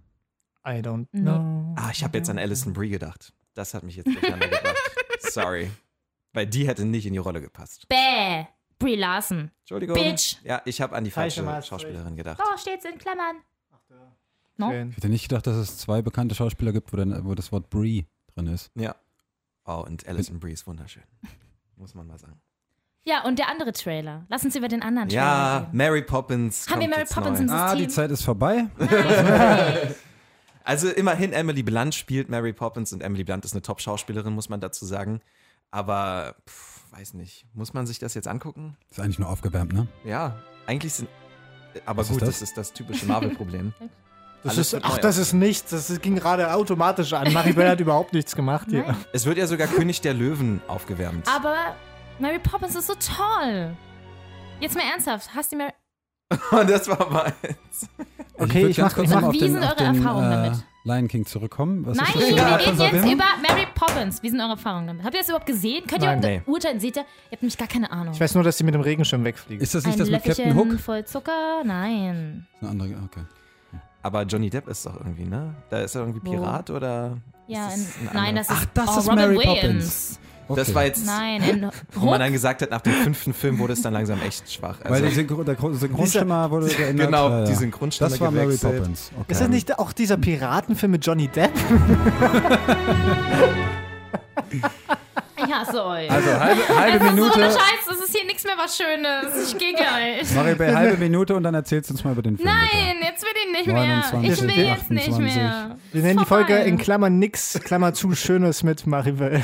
[SPEAKER 3] I don't
[SPEAKER 2] Nee.
[SPEAKER 3] know.
[SPEAKER 4] Ah, ich habe jetzt an Alison Brie gedacht. Das hat mich jetzt durcheinander gebracht. Sorry. Weil die hätte nicht in die Rolle gepasst.
[SPEAKER 2] Bäh. Brie Larson.
[SPEAKER 4] Entschuldigung.
[SPEAKER 2] Bitch.
[SPEAKER 4] Ja, ich habe an die
[SPEAKER 3] Falsche
[SPEAKER 4] falsche
[SPEAKER 3] Maß,
[SPEAKER 4] Schauspielerin gedacht.
[SPEAKER 2] Oh, steht's in Klammern. No?
[SPEAKER 3] Schön.
[SPEAKER 6] Ich hätte nicht gedacht, dass es zwei bekannte Schauspieler gibt, wo, dann, wo das Wort Brie drin ist.
[SPEAKER 4] Ja. Oh, und Alison Brie ist wunderschön. Muss man mal sagen.
[SPEAKER 2] Ja, und der andere Trailer. Lass uns über den anderen Trailer
[SPEAKER 4] Ja,
[SPEAKER 2] reden.
[SPEAKER 4] Mary Poppins.
[SPEAKER 2] Haben wir
[SPEAKER 4] kommt
[SPEAKER 3] Ah,
[SPEAKER 2] Mary
[SPEAKER 4] jetzt
[SPEAKER 2] Poppins
[SPEAKER 4] neu.
[SPEAKER 2] im System?
[SPEAKER 6] Ah, die Zeit ist vorbei.
[SPEAKER 2] Nein,
[SPEAKER 4] Also immerhin Emily Blunt spielt Mary Poppins und Emily Blunt ist eine Top-Schauspielerin, muss man dazu sagen. Aber pff, weiß nicht, muss man sich das jetzt angucken?
[SPEAKER 6] Ist eigentlich nur aufgewärmt, ne?
[SPEAKER 4] Ja, eigentlich sind. Aber
[SPEAKER 6] Was ist
[SPEAKER 4] gut,
[SPEAKER 6] das?
[SPEAKER 4] das? ist das typische Marvel-Problem.
[SPEAKER 3] Das
[SPEAKER 4] Alles
[SPEAKER 3] ist,
[SPEAKER 4] wird
[SPEAKER 3] ach,
[SPEAKER 4] neu
[SPEAKER 3] das ist nichts. Das ist- ging gerade automatisch an. Maribel hat überhaupt nichts gemacht hier.
[SPEAKER 4] es wird ja sogar König der Löwen aufgewärmt.
[SPEAKER 2] Aber Mary Poppins ist so toll. Jetzt mal ernsthaft, hast du mir.
[SPEAKER 4] Und das war mal.
[SPEAKER 3] Okay,
[SPEAKER 6] Also würd
[SPEAKER 3] ich
[SPEAKER 6] ganz
[SPEAKER 3] mach-
[SPEAKER 6] kurz
[SPEAKER 3] ich mach-
[SPEAKER 6] noch auf
[SPEAKER 2] Wie
[SPEAKER 6] den-
[SPEAKER 2] sind
[SPEAKER 6] auf
[SPEAKER 2] eure
[SPEAKER 6] den,
[SPEAKER 2] Erfahrungen
[SPEAKER 6] äh,
[SPEAKER 2] damit?
[SPEAKER 6] Lion King zurückkommen. Was
[SPEAKER 2] Nein,
[SPEAKER 6] das für
[SPEAKER 2] wir
[SPEAKER 6] eine Art
[SPEAKER 2] reden
[SPEAKER 6] von
[SPEAKER 2] jetzt
[SPEAKER 6] Verwirrung?
[SPEAKER 2] über Mary Poppins. Wie sind eure Erfahrungen damit? Habt ihr das überhaupt gesehen? Könnt ihr
[SPEAKER 3] Nein,
[SPEAKER 2] überhaupt urteilen? Seht ihr? Ihr habt nämlich gar keine Ahnung.
[SPEAKER 3] Ich weiß nur, dass sie mit dem Regenschirm wegfliegt.
[SPEAKER 6] Ist das
[SPEAKER 2] Ein
[SPEAKER 6] nicht das mit Captain Hook?
[SPEAKER 2] Löffelchen voll Zucker? Nein.
[SPEAKER 6] Eine andere, okay.
[SPEAKER 4] Aber Johnny Depp ist doch irgendwie, ne? Da ist er irgendwie
[SPEAKER 2] Wo?
[SPEAKER 4] Pirat oder.
[SPEAKER 2] Ja,
[SPEAKER 4] Ist
[SPEAKER 2] in,
[SPEAKER 4] das ein
[SPEAKER 2] nein,
[SPEAKER 4] anderer?
[SPEAKER 2] das ist,
[SPEAKER 6] Ach, das
[SPEAKER 2] oh,
[SPEAKER 6] ist
[SPEAKER 2] Robin
[SPEAKER 6] Mary Oh
[SPEAKER 2] Williams.
[SPEAKER 6] okay.
[SPEAKER 4] Das war jetzt.
[SPEAKER 2] Nein, in
[SPEAKER 4] Wo man
[SPEAKER 2] Hook.
[SPEAKER 4] dann gesagt hat, nach dem fünften Film wurde es dann langsam echt schwach.
[SPEAKER 6] Weil
[SPEAKER 4] Also,
[SPEAKER 6] die Synchro der Gro- Synchronstimme wurde geändert.
[SPEAKER 4] genau,
[SPEAKER 6] ja, ja.
[SPEAKER 4] die Synchronstimme
[SPEAKER 6] Das war Mary
[SPEAKER 4] gewechselt.
[SPEAKER 6] Poppins. Okay.
[SPEAKER 3] Ist das nicht auch dieser Piratenfilm mit Johnny Depp?
[SPEAKER 2] Ich hasse euch.
[SPEAKER 6] Also halbe,
[SPEAKER 2] es
[SPEAKER 6] halbe
[SPEAKER 2] ist so
[SPEAKER 6] Minute,
[SPEAKER 2] eine Scheiße, es ist hier nichts mehr was Schönes. Ich gehe gleich.
[SPEAKER 6] Maribel, halbe Minute und dann erzählst du uns mal über den Film.
[SPEAKER 2] Nein, jetzt will ich nicht mehr.
[SPEAKER 6] 29,
[SPEAKER 2] Ich will jetzt nicht
[SPEAKER 6] 28.
[SPEAKER 2] mehr.
[SPEAKER 3] Wir nennen die Folge
[SPEAKER 2] Vorbei.
[SPEAKER 3] in Klammern nix, Klammer zu, Schönes mit Maribel.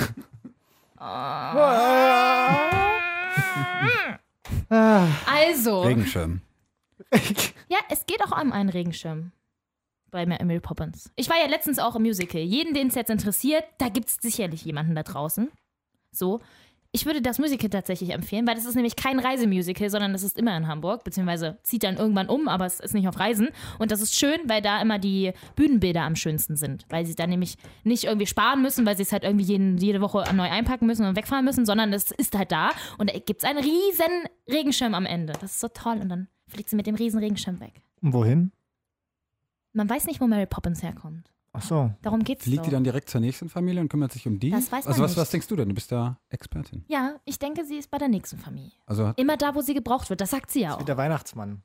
[SPEAKER 2] Ah.
[SPEAKER 6] bitte.
[SPEAKER 2] Also,
[SPEAKER 6] Regenschirm.
[SPEAKER 2] ja, es geht auch um einen Regenschirm. Bei mir Emily Poppins. Ich war ja letztens auch im Musical. Jeden, den es jetzt interessiert, da gibt es sicherlich jemanden da draußen. So. Ich würde das Musical tatsächlich empfehlen, weil das ist nämlich kein Reisemusical, sondern das ist immer in Hamburg, beziehungsweise zieht dann irgendwann um, aber es ist nicht auf Reisen. Und das ist schön, weil da immer die Bühnenbilder am schönsten sind, weil sie dann nämlich nicht irgendwie sparen müssen, weil sie es halt irgendwie jeden, jede Woche neu einpacken müssen und wegfahren müssen, sondern es ist halt da und da gibt es einen riesen Regenschirm am Ende. Das ist so toll und dann fliegt sie mit dem riesen Regenschirm weg.
[SPEAKER 3] Und wohin?
[SPEAKER 2] Man weiß nicht, wo Mary Poppins herkommt.
[SPEAKER 3] Ach so.
[SPEAKER 2] Darum geht's
[SPEAKER 6] Fliegt
[SPEAKER 2] so.
[SPEAKER 6] die dann direkt zur nächsten Familie und kümmert sich um die?
[SPEAKER 2] Das weiß man
[SPEAKER 6] also was,
[SPEAKER 2] nicht.
[SPEAKER 6] was denkst du denn? Du bist da Expertin.
[SPEAKER 2] ja, ich denke, sie ist bei der nächsten Familie.
[SPEAKER 6] Also hat-
[SPEAKER 2] Immer da, wo sie gebraucht wird. Das sagt sie ja
[SPEAKER 3] Ist
[SPEAKER 2] auch.
[SPEAKER 3] wie der Weihnachtsmann.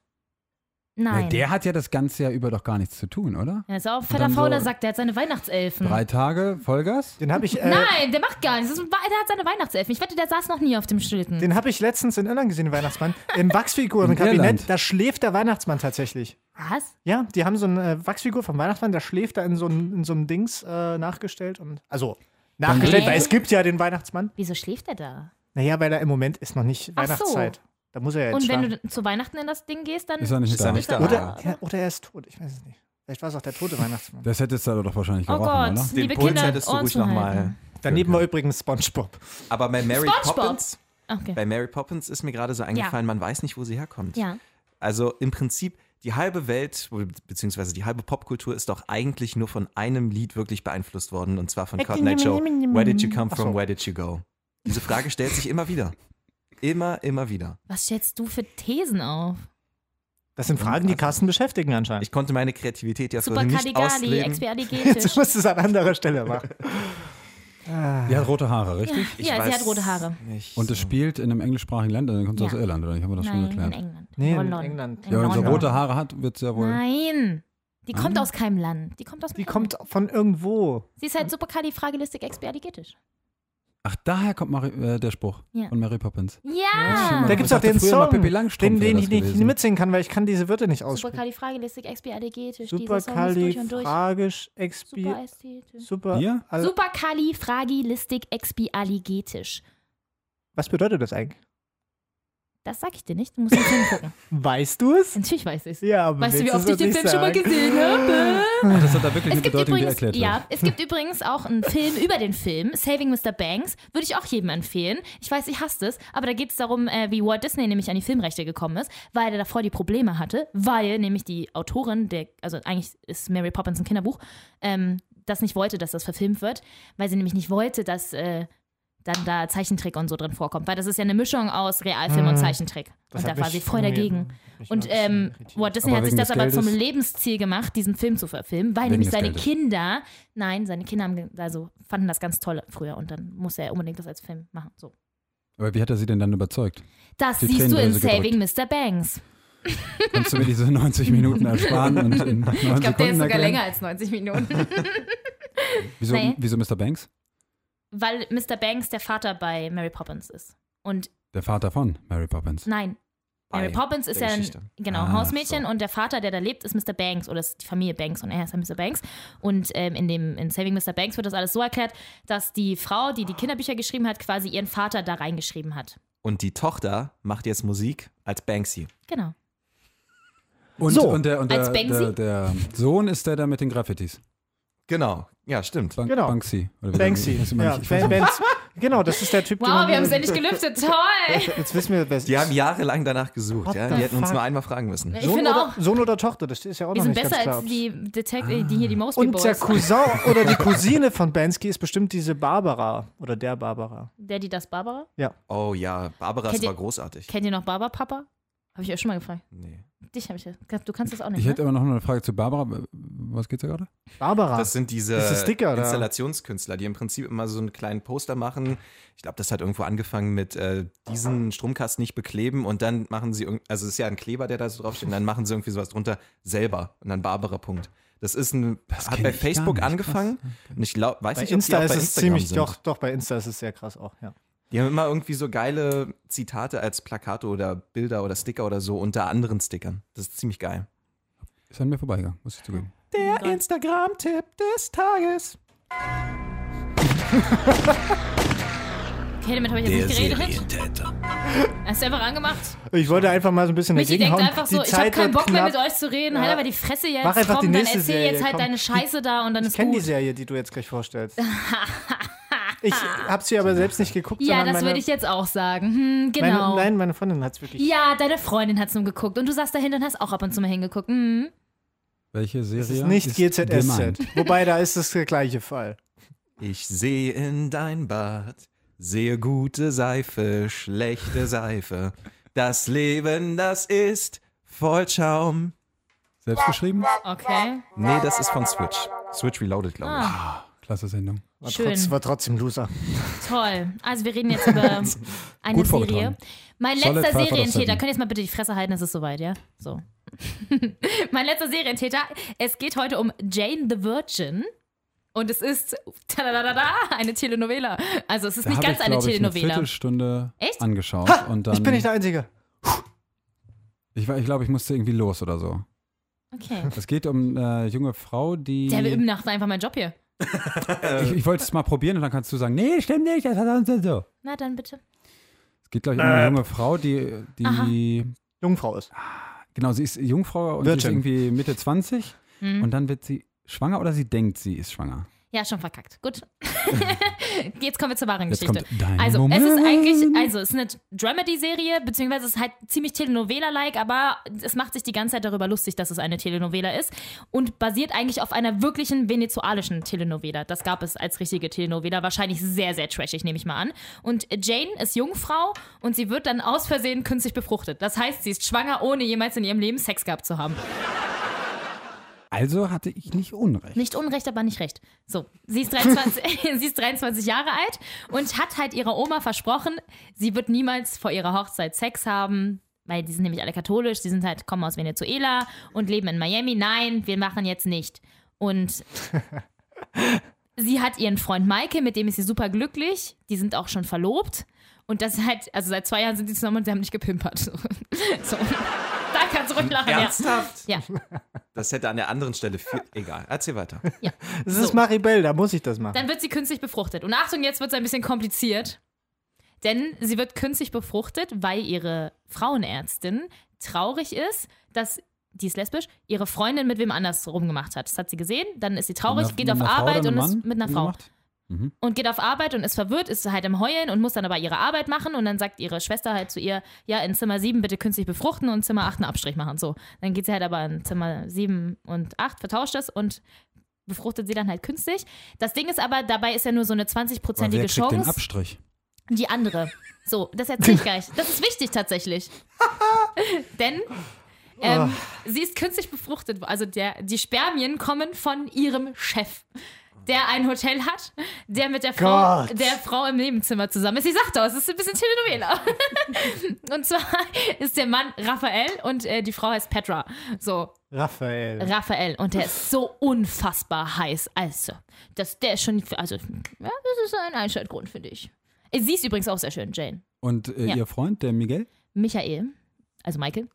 [SPEAKER 6] Ja,
[SPEAKER 2] Nein.
[SPEAKER 6] der hat ja das ganze Jahr über doch gar nichts zu tun, oder?
[SPEAKER 2] Er ist auch ein fetter
[SPEAKER 6] dann so-
[SPEAKER 2] Fauler, sagt er. Er hat seine Weihnachtselfen.
[SPEAKER 6] Drei Tage Vollgas?
[SPEAKER 3] Den habe ich, äh,
[SPEAKER 2] Nein, der macht gar nichts. Das ist ein Wa- Der hat seine Weihnachtselfen. Ich wette, der saß noch nie auf dem Schlitten.
[SPEAKER 3] den hab ich letztens in Irland gesehen, den Weihnachtsmann. Im
[SPEAKER 6] In
[SPEAKER 3] Wachsfigurenkabinett,
[SPEAKER 6] Irland.
[SPEAKER 3] da schläft der Weihnachtsmann tatsächlich.
[SPEAKER 2] Was?
[SPEAKER 3] Ja, die haben so eine äh, Wachsfigur vom Weihnachtsmann, der schläft da in so, einem- in so einem Dings äh, nachgestellt. und Also, nachgestellt,
[SPEAKER 2] Dann-
[SPEAKER 3] weil es gibt ja den Weihnachtsmann.
[SPEAKER 2] Wieso schläft er da?
[SPEAKER 3] Naja, weil er im Moment ist noch nicht
[SPEAKER 2] Ach so.
[SPEAKER 3] Weihnachtszeit. Da muss er ja jetzt
[SPEAKER 2] Und wenn Ah.
[SPEAKER 3] schlafen.
[SPEAKER 2] du d- zu Weihnachten in das Ding gehst, dann.
[SPEAKER 6] Ist er nicht
[SPEAKER 4] Ist
[SPEAKER 6] da?
[SPEAKER 4] er nicht da?
[SPEAKER 3] Oder, ja, oder er ist tot, ich weiß es nicht. Vielleicht war es auch der tote Weihnachtsmann.
[SPEAKER 6] Das hättest du doch wahrscheinlich
[SPEAKER 2] oh
[SPEAKER 6] gerochen,
[SPEAKER 2] Gott,
[SPEAKER 6] oder?
[SPEAKER 4] ne? Den
[SPEAKER 2] liebe
[SPEAKER 4] Puls
[SPEAKER 2] Kinder,
[SPEAKER 4] hättest du
[SPEAKER 2] Ohren
[SPEAKER 4] ruhig
[SPEAKER 2] zu
[SPEAKER 4] nochmal.
[SPEAKER 2] halten.
[SPEAKER 3] Daneben war übrigens Spongebob.
[SPEAKER 4] Aber bei Mary
[SPEAKER 2] SpongeBob.
[SPEAKER 4] Poppins,
[SPEAKER 2] Okay.
[SPEAKER 4] bei Mary Poppins ist mir gerade so eingefallen, man weiß nicht, wo sie herkommt.
[SPEAKER 2] Ja.
[SPEAKER 4] Also im Prinzip die halbe Welt be- beziehungsweise die halbe Popkultur ist doch eigentlich nur von einem Lied wirklich beeinflusst worden und zwar von Cotton Eye Joe. Where did you come
[SPEAKER 3] Ach so.
[SPEAKER 4] from? Where did you go? Diese Frage stellt sich immer wieder. Immer, immer wieder.
[SPEAKER 2] Was stellst du für Thesen auf?
[SPEAKER 3] Das sind Fragen, die Carsten beschäftigen anscheinend.
[SPEAKER 4] Ich konnte meine Kreativität ja
[SPEAKER 2] Super
[SPEAKER 4] vorhin nicht
[SPEAKER 2] Cardigali,
[SPEAKER 4] ausleben.
[SPEAKER 2] expiadigetisch.
[SPEAKER 3] Jetzt musst du es an anderer Stelle machen. Ah,
[SPEAKER 6] Die hat rote Haare, richtig?
[SPEAKER 4] Ich
[SPEAKER 2] ja, sie
[SPEAKER 4] weiß
[SPEAKER 2] hat rote Haare.
[SPEAKER 4] Nicht
[SPEAKER 6] Und es spielt in einem englischsprachigen Land, dann kommt sie
[SPEAKER 2] Ja.
[SPEAKER 6] aus Irland, oder? Ich habe mir das schon
[SPEAKER 2] Nein, in
[SPEAKER 6] erklärt.
[SPEAKER 2] England.
[SPEAKER 3] Nee, in
[SPEAKER 2] London.
[SPEAKER 3] England.
[SPEAKER 6] Ja, wenn sie
[SPEAKER 2] London.
[SPEAKER 6] rote Haare hat, wird sie ja wohl.
[SPEAKER 2] Nein. Die kommt
[SPEAKER 6] Ah.
[SPEAKER 2] aus keinem Land. Die kommt aus dem
[SPEAKER 3] Die
[SPEAKER 2] Land.
[SPEAKER 3] kommt von irgendwo.
[SPEAKER 2] Sie ist halt super kalifragilistik expialigetisch.
[SPEAKER 6] Ach, daher kommt Mari, äh, der Spruch
[SPEAKER 2] Ja.
[SPEAKER 6] von Mary Poppins.
[SPEAKER 2] Ja.
[SPEAKER 3] Da
[SPEAKER 6] Ich
[SPEAKER 3] gibt es auch
[SPEAKER 6] dachte
[SPEAKER 3] den
[SPEAKER 6] früher mal
[SPEAKER 3] Song,
[SPEAKER 6] Pippi
[SPEAKER 3] den,
[SPEAKER 6] Langstrumpf
[SPEAKER 3] den
[SPEAKER 6] wäre
[SPEAKER 3] ich
[SPEAKER 6] das
[SPEAKER 3] nicht
[SPEAKER 6] gewesen.
[SPEAKER 3] mitsingen kann, weil ich kann diese Wörter nicht
[SPEAKER 2] Super
[SPEAKER 3] aussprechen.
[SPEAKER 2] kalifragilistik expialigetisch. Dieser Song ist durch und durch.
[SPEAKER 3] Superkalifragisch,
[SPEAKER 2] Super
[SPEAKER 3] expi...
[SPEAKER 2] ästhetisch.
[SPEAKER 3] Super...
[SPEAKER 6] Hier?
[SPEAKER 3] Al-
[SPEAKER 2] Super kalifragilistik expialigetisch.
[SPEAKER 3] Was bedeutet das eigentlich?
[SPEAKER 2] Das sag ich dir nicht. Du musst den Film gucken.
[SPEAKER 3] Weißt du es?
[SPEAKER 2] Natürlich weiß ich es.
[SPEAKER 3] Ja, aber
[SPEAKER 2] Weißt du, wie
[SPEAKER 3] willst
[SPEAKER 2] oft
[SPEAKER 3] es
[SPEAKER 2] ich den
[SPEAKER 3] nicht
[SPEAKER 2] Film schon mal
[SPEAKER 3] sagen?
[SPEAKER 2] gesehen habe?
[SPEAKER 6] Ach, Ah, das hat da wirklich eine
[SPEAKER 2] Es gibt,
[SPEAKER 6] Bedeutung, die
[SPEAKER 2] übrigens,
[SPEAKER 6] erklärt wird.
[SPEAKER 2] ja, es gibt übrigens auch einen Film über den Film, Saving Mr. Banks, würde ich auch jedem empfehlen. Ich weiß, ich hasse es, aber da geht es darum, äh, wie Walt Disney nämlich an die Filmrechte gekommen ist, weil er davor die Probleme hatte, weil nämlich die Autorin, der, also eigentlich ist Mary Poppins ein Kinderbuch, ähm, das nicht wollte, dass das verfilmt wird, weil sie nämlich nicht wollte, dass äh, dann da Zeichentrick und so drin vorkommt, weil das ist ja eine Mischung aus Realfilm
[SPEAKER 6] Hm.
[SPEAKER 2] und Zeichentrick.
[SPEAKER 3] Das
[SPEAKER 2] und
[SPEAKER 3] hat
[SPEAKER 2] da war
[SPEAKER 3] mich
[SPEAKER 2] sie voll
[SPEAKER 3] irgendwie-
[SPEAKER 2] dagegen.
[SPEAKER 3] mich
[SPEAKER 2] Und
[SPEAKER 3] ein bisschen
[SPEAKER 2] ähm,
[SPEAKER 3] irritiert.
[SPEAKER 2] Walt Disney
[SPEAKER 6] Aber
[SPEAKER 2] hat sich
[SPEAKER 6] wegen
[SPEAKER 2] das
[SPEAKER 6] des
[SPEAKER 2] aber zum
[SPEAKER 6] Geldes?
[SPEAKER 2] Lebensziel gemacht, diesen Film zu verfilmen, weil
[SPEAKER 6] Wegen
[SPEAKER 2] nämlich
[SPEAKER 6] des
[SPEAKER 2] seine
[SPEAKER 6] Geldes.
[SPEAKER 2] Kinder, nein, seine Kinder haben, ge- also fanden das ganz toll früher und dann musste er unbedingt das als Film machen. So.
[SPEAKER 6] Aber wie hat er sie denn dann überzeugt?
[SPEAKER 2] Das
[SPEAKER 6] Die
[SPEAKER 2] siehst du in
[SPEAKER 6] Tränendrüse
[SPEAKER 2] Saving Mr. Banks.
[SPEAKER 6] Kannst du mir diese 90 Minuten ersparen und in 9
[SPEAKER 2] Ich glaube, der
[SPEAKER 6] Sekunden
[SPEAKER 2] ist sogar
[SPEAKER 6] erklären?
[SPEAKER 2] länger als 90 Minuten.
[SPEAKER 6] Wieso,
[SPEAKER 2] Nee.
[SPEAKER 6] wieso Mr. Banks?
[SPEAKER 2] weil Mr. Banks der Vater bei Mary Poppins ist. Und
[SPEAKER 6] Der Vater von Mary Poppins.
[SPEAKER 2] nein, Mary Poppins ist ja ein
[SPEAKER 4] Geschichte.
[SPEAKER 2] genau,
[SPEAKER 6] Ah,
[SPEAKER 2] Hausmädchen
[SPEAKER 6] so.
[SPEAKER 2] und der Vater, der da lebt, ist Mr. Banks oder ist die Familie Banks und er ist ja Mr. Banks. Und ähm, in, dem, in Saving Mr. Banks wird das alles so erklärt, dass die Frau, die die Kinderbücher geschrieben hat, quasi ihren Vater da reingeschrieben hat.
[SPEAKER 4] Und die Tochter macht jetzt Musik als Banksy.
[SPEAKER 2] Genau.
[SPEAKER 6] Und,
[SPEAKER 3] So.
[SPEAKER 6] und, der, und
[SPEAKER 2] Als
[SPEAKER 6] der, der,
[SPEAKER 2] Banksy?
[SPEAKER 6] der Sohn ist der da mit den Graffitis.
[SPEAKER 4] Genau. Ja, stimmt.
[SPEAKER 6] Ban
[SPEAKER 3] Genau.
[SPEAKER 6] Banksy. Oder wie- ich
[SPEAKER 3] Banksy.
[SPEAKER 6] weiß immer
[SPEAKER 3] Ja,
[SPEAKER 6] nicht, ich weiß
[SPEAKER 3] ben,
[SPEAKER 6] nicht.
[SPEAKER 3] Benz. Genau, das ist der Typ,
[SPEAKER 2] Wow, wir haben es
[SPEAKER 3] jetzt,
[SPEAKER 2] endlich gelüftet. Toll!
[SPEAKER 3] jetzt wissen wir, wer es
[SPEAKER 4] Die haben
[SPEAKER 3] ist.
[SPEAKER 4] jahrelang danach gesucht.
[SPEAKER 3] What
[SPEAKER 4] Ja?
[SPEAKER 3] the
[SPEAKER 4] Die hätten uns
[SPEAKER 3] fuck?
[SPEAKER 4] nur einmal fragen müssen.
[SPEAKER 2] Ich
[SPEAKER 3] Sohn,
[SPEAKER 2] finde
[SPEAKER 3] oder,
[SPEAKER 2] auch,
[SPEAKER 3] Sohn oder Tochter, das ist ja auch
[SPEAKER 2] wir
[SPEAKER 3] noch
[SPEAKER 2] sind
[SPEAKER 3] nicht
[SPEAKER 2] besser
[SPEAKER 3] ganz klar.
[SPEAKER 2] als
[SPEAKER 3] ob's-
[SPEAKER 2] die, Detect äh, die hier die Mosby
[SPEAKER 3] Und der
[SPEAKER 2] Boys,
[SPEAKER 3] Cousin oder die Cousine von Bansky ist bestimmt diese Barbara oder der Barbara.
[SPEAKER 2] der, die das Barbara.
[SPEAKER 4] Oh ja, Barbara
[SPEAKER 2] Kennt
[SPEAKER 4] ist
[SPEAKER 2] ihr-
[SPEAKER 4] aber großartig.
[SPEAKER 2] Kennt ihr noch Barbara Papa? Habe ich euch schon mal gefragt.
[SPEAKER 4] Nee.
[SPEAKER 2] Dich habe ich das. Du kannst das auch nicht.
[SPEAKER 6] Ich
[SPEAKER 2] ne?
[SPEAKER 6] hätte aber noch eine Frage zu Barbara. Was geht's da gerade?
[SPEAKER 3] Barbara.
[SPEAKER 4] Das sind diese
[SPEAKER 3] Ah. Ist das dicker, oder?
[SPEAKER 4] Installationskünstler, die im Prinzip immer so einen kleinen Poster machen. Ich glaube, das hat irgendwo angefangen mit äh, diesen Stromkasten nicht bekleben und dann machen sie, irgend- also es ist ja ein Kleber, der da so draufsteht, und dann machen sie irgendwie sowas drunter selber und dann Barbara Punkt. Das ist ein, hat
[SPEAKER 6] kenn
[SPEAKER 4] bei
[SPEAKER 6] ich gar
[SPEAKER 4] Facebook
[SPEAKER 6] nicht, krass.
[SPEAKER 4] angefangen und ich glaube, weiß
[SPEAKER 3] bei
[SPEAKER 4] nicht, ob
[SPEAKER 3] Insta
[SPEAKER 4] die auch
[SPEAKER 3] ist
[SPEAKER 4] bei
[SPEAKER 3] es
[SPEAKER 4] Instagram
[SPEAKER 3] ziemlich,
[SPEAKER 4] sind.
[SPEAKER 3] doch, doch, bei Insta ist es sehr krass auch, ja.
[SPEAKER 4] Die haben immer irgendwie so geile Zitate als Plakate oder Bilder oder Sticker oder so unter anderen Stickern. Das ist ziemlich geil.
[SPEAKER 6] Ist an mir vorbeigegangen, muss ich zugeben.
[SPEAKER 4] Der Instagram-Tipp des Tages.
[SPEAKER 2] Okay, damit habe ich jetzt nicht geredet. Hast du einfach angemacht?
[SPEAKER 3] Ich wollte einfach mal so ein bisschen
[SPEAKER 2] Michi denkt
[SPEAKER 3] dagegenhauen.
[SPEAKER 2] einfach so,
[SPEAKER 3] die
[SPEAKER 2] ich habe
[SPEAKER 3] Zeit
[SPEAKER 2] keinen
[SPEAKER 3] wird
[SPEAKER 2] Bock mehr
[SPEAKER 3] knapp.
[SPEAKER 2] mit euch zu reden.
[SPEAKER 3] Ja.
[SPEAKER 2] Halt aber die Fresse jetzt.
[SPEAKER 3] Mach einfach
[SPEAKER 2] komm,
[SPEAKER 3] die nächste
[SPEAKER 2] dann erzähl
[SPEAKER 3] Serie,
[SPEAKER 2] jetzt halt
[SPEAKER 3] komm.
[SPEAKER 2] deine Scheiße da und dann
[SPEAKER 3] Ich
[SPEAKER 2] ist
[SPEAKER 3] kenne
[SPEAKER 2] gut.
[SPEAKER 3] die Serie, die du jetzt gleich vorstellst. Ich habe sie aber selbst nicht geguckt.
[SPEAKER 2] ja,
[SPEAKER 3] sondern
[SPEAKER 2] das
[SPEAKER 3] meine,
[SPEAKER 2] würde ich jetzt auch sagen. Hm, genau.
[SPEAKER 3] Meine, nein, meine Freundin hat es wirklich.
[SPEAKER 2] Ja, deine Freundin hat's nun geguckt und du saßt dahinter und hast auch ab und zu mal hingeguckt. Hm.
[SPEAKER 6] Welche Serie?
[SPEAKER 3] Es ist nicht GZSZ.
[SPEAKER 6] gemeint?
[SPEAKER 3] Wobei, da ist es der gleiche Fall.
[SPEAKER 4] Ich sehe in dein Bad, sehe gute Seife, schlechte Seife. Das Leben, das ist voll Schaum.
[SPEAKER 6] Selbst geschrieben?
[SPEAKER 2] Okay.
[SPEAKER 4] Nee, das ist von Switch. Switch Reloaded, glaube ich.
[SPEAKER 2] Ah,
[SPEAKER 6] Klasse Sendung.
[SPEAKER 3] War,
[SPEAKER 2] Schön.
[SPEAKER 3] Trotz, war trotzdem Loser.
[SPEAKER 2] toll. Also wir reden jetzt über eine
[SPEAKER 6] Gut
[SPEAKER 2] Serie.
[SPEAKER 6] vorgetragen.
[SPEAKER 2] Mein
[SPEAKER 6] Solid
[SPEAKER 2] letzter
[SPEAKER 6] five out of
[SPEAKER 2] Serientäter,
[SPEAKER 6] seven.
[SPEAKER 2] könnt ihr jetzt mal bitte die Fresse halten, es ist soweit, ja? So. mein letzter Serientäter, es geht heute um Jane the Virgin. Und es ist tadadadada, eine Telenovela. Also es ist
[SPEAKER 6] Da
[SPEAKER 2] nicht
[SPEAKER 6] habe
[SPEAKER 2] ganz
[SPEAKER 6] ich,
[SPEAKER 2] eine
[SPEAKER 6] glaub ich, Eine
[SPEAKER 2] Telenovela.
[SPEAKER 6] Viertelstunde
[SPEAKER 2] Echt?
[SPEAKER 6] angeschaut und dann.
[SPEAKER 3] ich bin nicht der Einzige.
[SPEAKER 6] Ich, war- ich glaube, ich musste irgendwie los oder so.
[SPEAKER 2] Okay.
[SPEAKER 6] Es geht um eine junge Frau, die.
[SPEAKER 2] Der will macht einfach meinen Job hier.
[SPEAKER 6] ich ich wollte es mal probieren und dann kannst du sagen, nee, stimmt nicht, das hat uns so.
[SPEAKER 2] Na dann bitte.
[SPEAKER 6] Es geht, glaube ich, um
[SPEAKER 3] Äh.
[SPEAKER 6] eine junge Frau, die, die
[SPEAKER 3] Jungfrau ist.
[SPEAKER 6] Genau, sie ist Jungfrau und sie ist
[SPEAKER 3] Wirtin.
[SPEAKER 6] irgendwie Mitte 20
[SPEAKER 2] Hm.
[SPEAKER 6] und dann wird sie schwanger oder sie denkt, sie ist schwanger.
[SPEAKER 2] Ja, schon verkackt. Gut. Jetzt kommen wir zur wahren
[SPEAKER 6] Jetzt
[SPEAKER 2] Geschichte.
[SPEAKER 6] kommt dein
[SPEAKER 2] also,
[SPEAKER 6] Moment.
[SPEAKER 2] es ist eigentlich, also, es ist eine Dramedy-Serie, beziehungsweise es ist halt ziemlich Telenovela-like, aber es macht sich die ganze Zeit darüber lustig, dass es eine Telenovela ist und basiert eigentlich auf einer wirklichen venezuelischen Telenovela. Das gab es als richtige Telenovela, wahrscheinlich sehr, sehr trashig, nehme ich mal an. Und Jane ist Jungfrau und sie wird dann aus Versehen künstlich befruchtet. Das heißt, sie ist schwanger, ohne jemals in ihrem Leben Sex gehabt zu haben.
[SPEAKER 6] Also hatte ich nicht Unrecht.
[SPEAKER 2] Nicht unrecht, aber nicht recht. So, sie ist 23, sie ist 23 Jahre alt und hat halt ihrer Oma versprochen, sie wird niemals vor ihrer Hochzeit Sex haben, weil die sind nämlich alle katholisch, die sind halt, kommen aus Venezuela und leben in Miami. Nein, wir machen jetzt nicht. Und sie hat ihren Freund Maike, mit dem ist sie super glücklich. Die sind auch schon verlobt. Und das ist halt, also seit zwei Jahren sind sie zusammen und sie haben nicht gepimpert. So. So. Da kannst du ruhig lachen. Ja.
[SPEAKER 4] Ernsthaft?
[SPEAKER 2] Ja.
[SPEAKER 4] Das hätte an der anderen Stelle viel. Egal, erzähl weiter.
[SPEAKER 3] Es
[SPEAKER 2] So.
[SPEAKER 3] ist Maribel, da muss ich das machen.
[SPEAKER 2] Dann wird sie künstlich befruchtet. Und Achtung, jetzt wird es ein bisschen kompliziert. Denn sie wird künstlich befruchtet, weil ihre Frauenärztin traurig ist, dass die ist lesbisch, ihre Freundin mit wem anders rumgemacht hat. Das hat sie gesehen, dann ist sie traurig,
[SPEAKER 6] Mit
[SPEAKER 2] geht
[SPEAKER 6] einer-
[SPEAKER 2] auf
[SPEAKER 6] mit einer Frau
[SPEAKER 2] Arbeit
[SPEAKER 6] oder
[SPEAKER 2] und
[SPEAKER 6] einem
[SPEAKER 2] ist
[SPEAKER 6] Mann
[SPEAKER 2] mit einer Frau
[SPEAKER 6] gemacht?
[SPEAKER 2] und geht auf Arbeit und ist verwirrt, ist halt im Heulen und muss dann aber ihre Arbeit machen und dann sagt ihre Schwester halt zu ihr, ja, in Zimmer 7 bitte künstlich befruchten und Zimmer 8 einen Abstrich machen. So, dann geht sie halt aber in Zimmer 7 und 8, vertauscht es und befruchtet sie dann halt künstlich. Das Ding ist aber, dabei ist ja nur so eine
[SPEAKER 6] Aber wer
[SPEAKER 2] 20-prozentige
[SPEAKER 6] kriegt den
[SPEAKER 2] Chance.
[SPEAKER 6] Abstrich?
[SPEAKER 2] Die andere. So, das erzähle ich gleich. Das ist wichtig tatsächlich. Denn ähm, sie ist künstlich befruchtet. Also der, die Spermien kommen von ihrem Chef, der ein Hotel hat, der mit der Frau,
[SPEAKER 3] Gott.
[SPEAKER 2] der Frau im Nebenzimmer zusammen ist. Ich sag doch, es ist ein bisschen Telenovela. und zwar ist der Mann Raphael und äh, die Frau heißt Petra. So,
[SPEAKER 3] Raphael.
[SPEAKER 2] Raphael und der ist so unfassbar heiß. Also, das, der ist schon, also, ja, das ist ein Einschaltgrund für dich. Sie ist übrigens auch sehr schön, Jane.
[SPEAKER 6] Und äh,
[SPEAKER 2] Ja.
[SPEAKER 6] ihr Freund, der Miguel?
[SPEAKER 2] Michael, also Michael.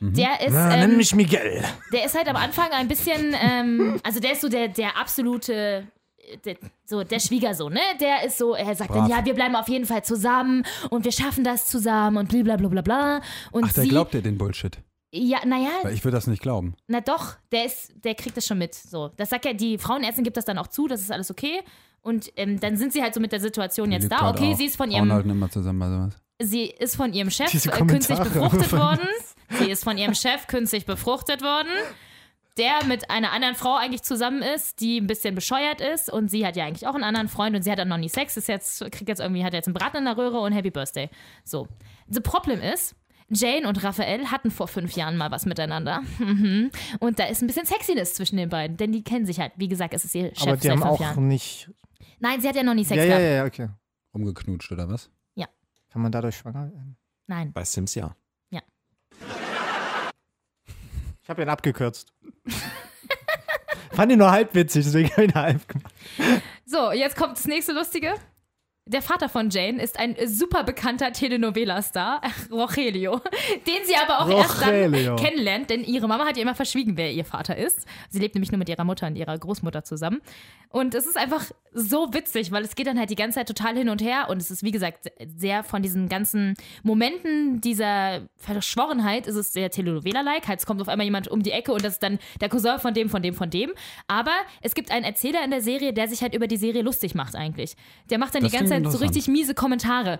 [SPEAKER 2] Der ist,
[SPEAKER 3] Na, nenn
[SPEAKER 2] ähm,
[SPEAKER 3] mich Miguel.
[SPEAKER 2] der ist halt am Anfang ein bisschen, ähm, also der ist so der, der absolute, äh, der, so der Schwiegersohn, ne? Der ist so, er sagt dann,
[SPEAKER 6] Brav.
[SPEAKER 2] ja, wir bleiben auf jeden Fall zusammen und wir schaffen das zusammen und blablabla. Bla, bla, bla. Und
[SPEAKER 6] Ach, der
[SPEAKER 2] sie,
[SPEAKER 6] glaubt dir den Bullshit.
[SPEAKER 2] ja, naja,
[SPEAKER 6] Weil ich würde das nicht glauben.
[SPEAKER 2] Na doch, der ist, der kriegt das schon mit. So, das sagt ja, die Frauenärztin gibt das dann auch zu, das ist alles okay. Und ähm, dann sind sie halt so mit der Situation jetzt
[SPEAKER 6] Lügt
[SPEAKER 2] da.
[SPEAKER 6] halt
[SPEAKER 2] Okay,
[SPEAKER 6] auch.
[SPEAKER 2] sie ist von
[SPEAKER 6] Frauen
[SPEAKER 2] ihrem,
[SPEAKER 6] halten immer zusammen bei sowas.
[SPEAKER 2] sie ist von ihrem Chef
[SPEAKER 3] Diese
[SPEAKER 2] äh, künstlich
[SPEAKER 3] Kommentare.
[SPEAKER 2] befruchtet worden. Sie ist von ihrem Chef künstlich befruchtet worden, der mit einer anderen Frau eigentlich zusammen ist, die ein bisschen bescheuert ist und sie hat ja eigentlich auch einen anderen Freund und sie hat dann noch nie Sex, ist jetzt, kriegt jetzt irgendwie, hat jetzt einen Braten in der Röhre und Happy Birthday. So. The problem ist, Jane und Raphael hatten vor fünf Jahren mal was miteinander. Mhm. Und da ist ein bisschen Sexiness zwischen den beiden, denn die kennen sich halt. Wie gesagt, es ist ihr Chef
[SPEAKER 3] Aber die
[SPEAKER 2] seit
[SPEAKER 3] haben
[SPEAKER 2] fünf
[SPEAKER 3] auch
[SPEAKER 2] Jahren.
[SPEAKER 3] nicht.
[SPEAKER 2] Nein, sie hat ja noch nie Sex
[SPEAKER 3] Ja, ja,
[SPEAKER 2] gehabt.
[SPEAKER 3] ja, ja, okay.
[SPEAKER 6] Rumgeknutscht oder was?
[SPEAKER 3] Kann man dadurch schwanger werden?
[SPEAKER 2] Nein.
[SPEAKER 4] Bei Sims ja.
[SPEAKER 3] Ich habe ihn abgekürzt. Fand ihn nur halb witzig, deswegen habe ich ihn halb gemacht.
[SPEAKER 2] So, jetzt kommt das nächste Lustige. Der Vater von Jane ist ein super bekannter Telenovela-Star, Rogelio, den sie aber auch
[SPEAKER 3] Rogelio.
[SPEAKER 2] erst dann kennenlernt, denn ihre Mama hat ihr immer verschwiegen, wer ihr Vater ist. Sie lebt nämlich nur mit ihrer Mutter und ihrer Großmutter zusammen. Und es ist einfach so witzig, weil es geht dann halt die ganze Zeit total hin und her und es ist, wie gesagt, sehr von diesen ganzen Momenten dieser Verschworenheit ist es sehr Telenovela-like. Halt, es kommt auf einmal jemand um die Ecke und das ist dann der Cousin von dem, von dem, von dem. Aber es gibt einen Erzähler in der Serie, der sich halt über die Serie lustig macht eigentlich. Der macht dann
[SPEAKER 6] Das
[SPEAKER 2] die ganze
[SPEAKER 6] klingt
[SPEAKER 2] Zeit so
[SPEAKER 6] interessant.
[SPEAKER 2] richtig miese Kommentare.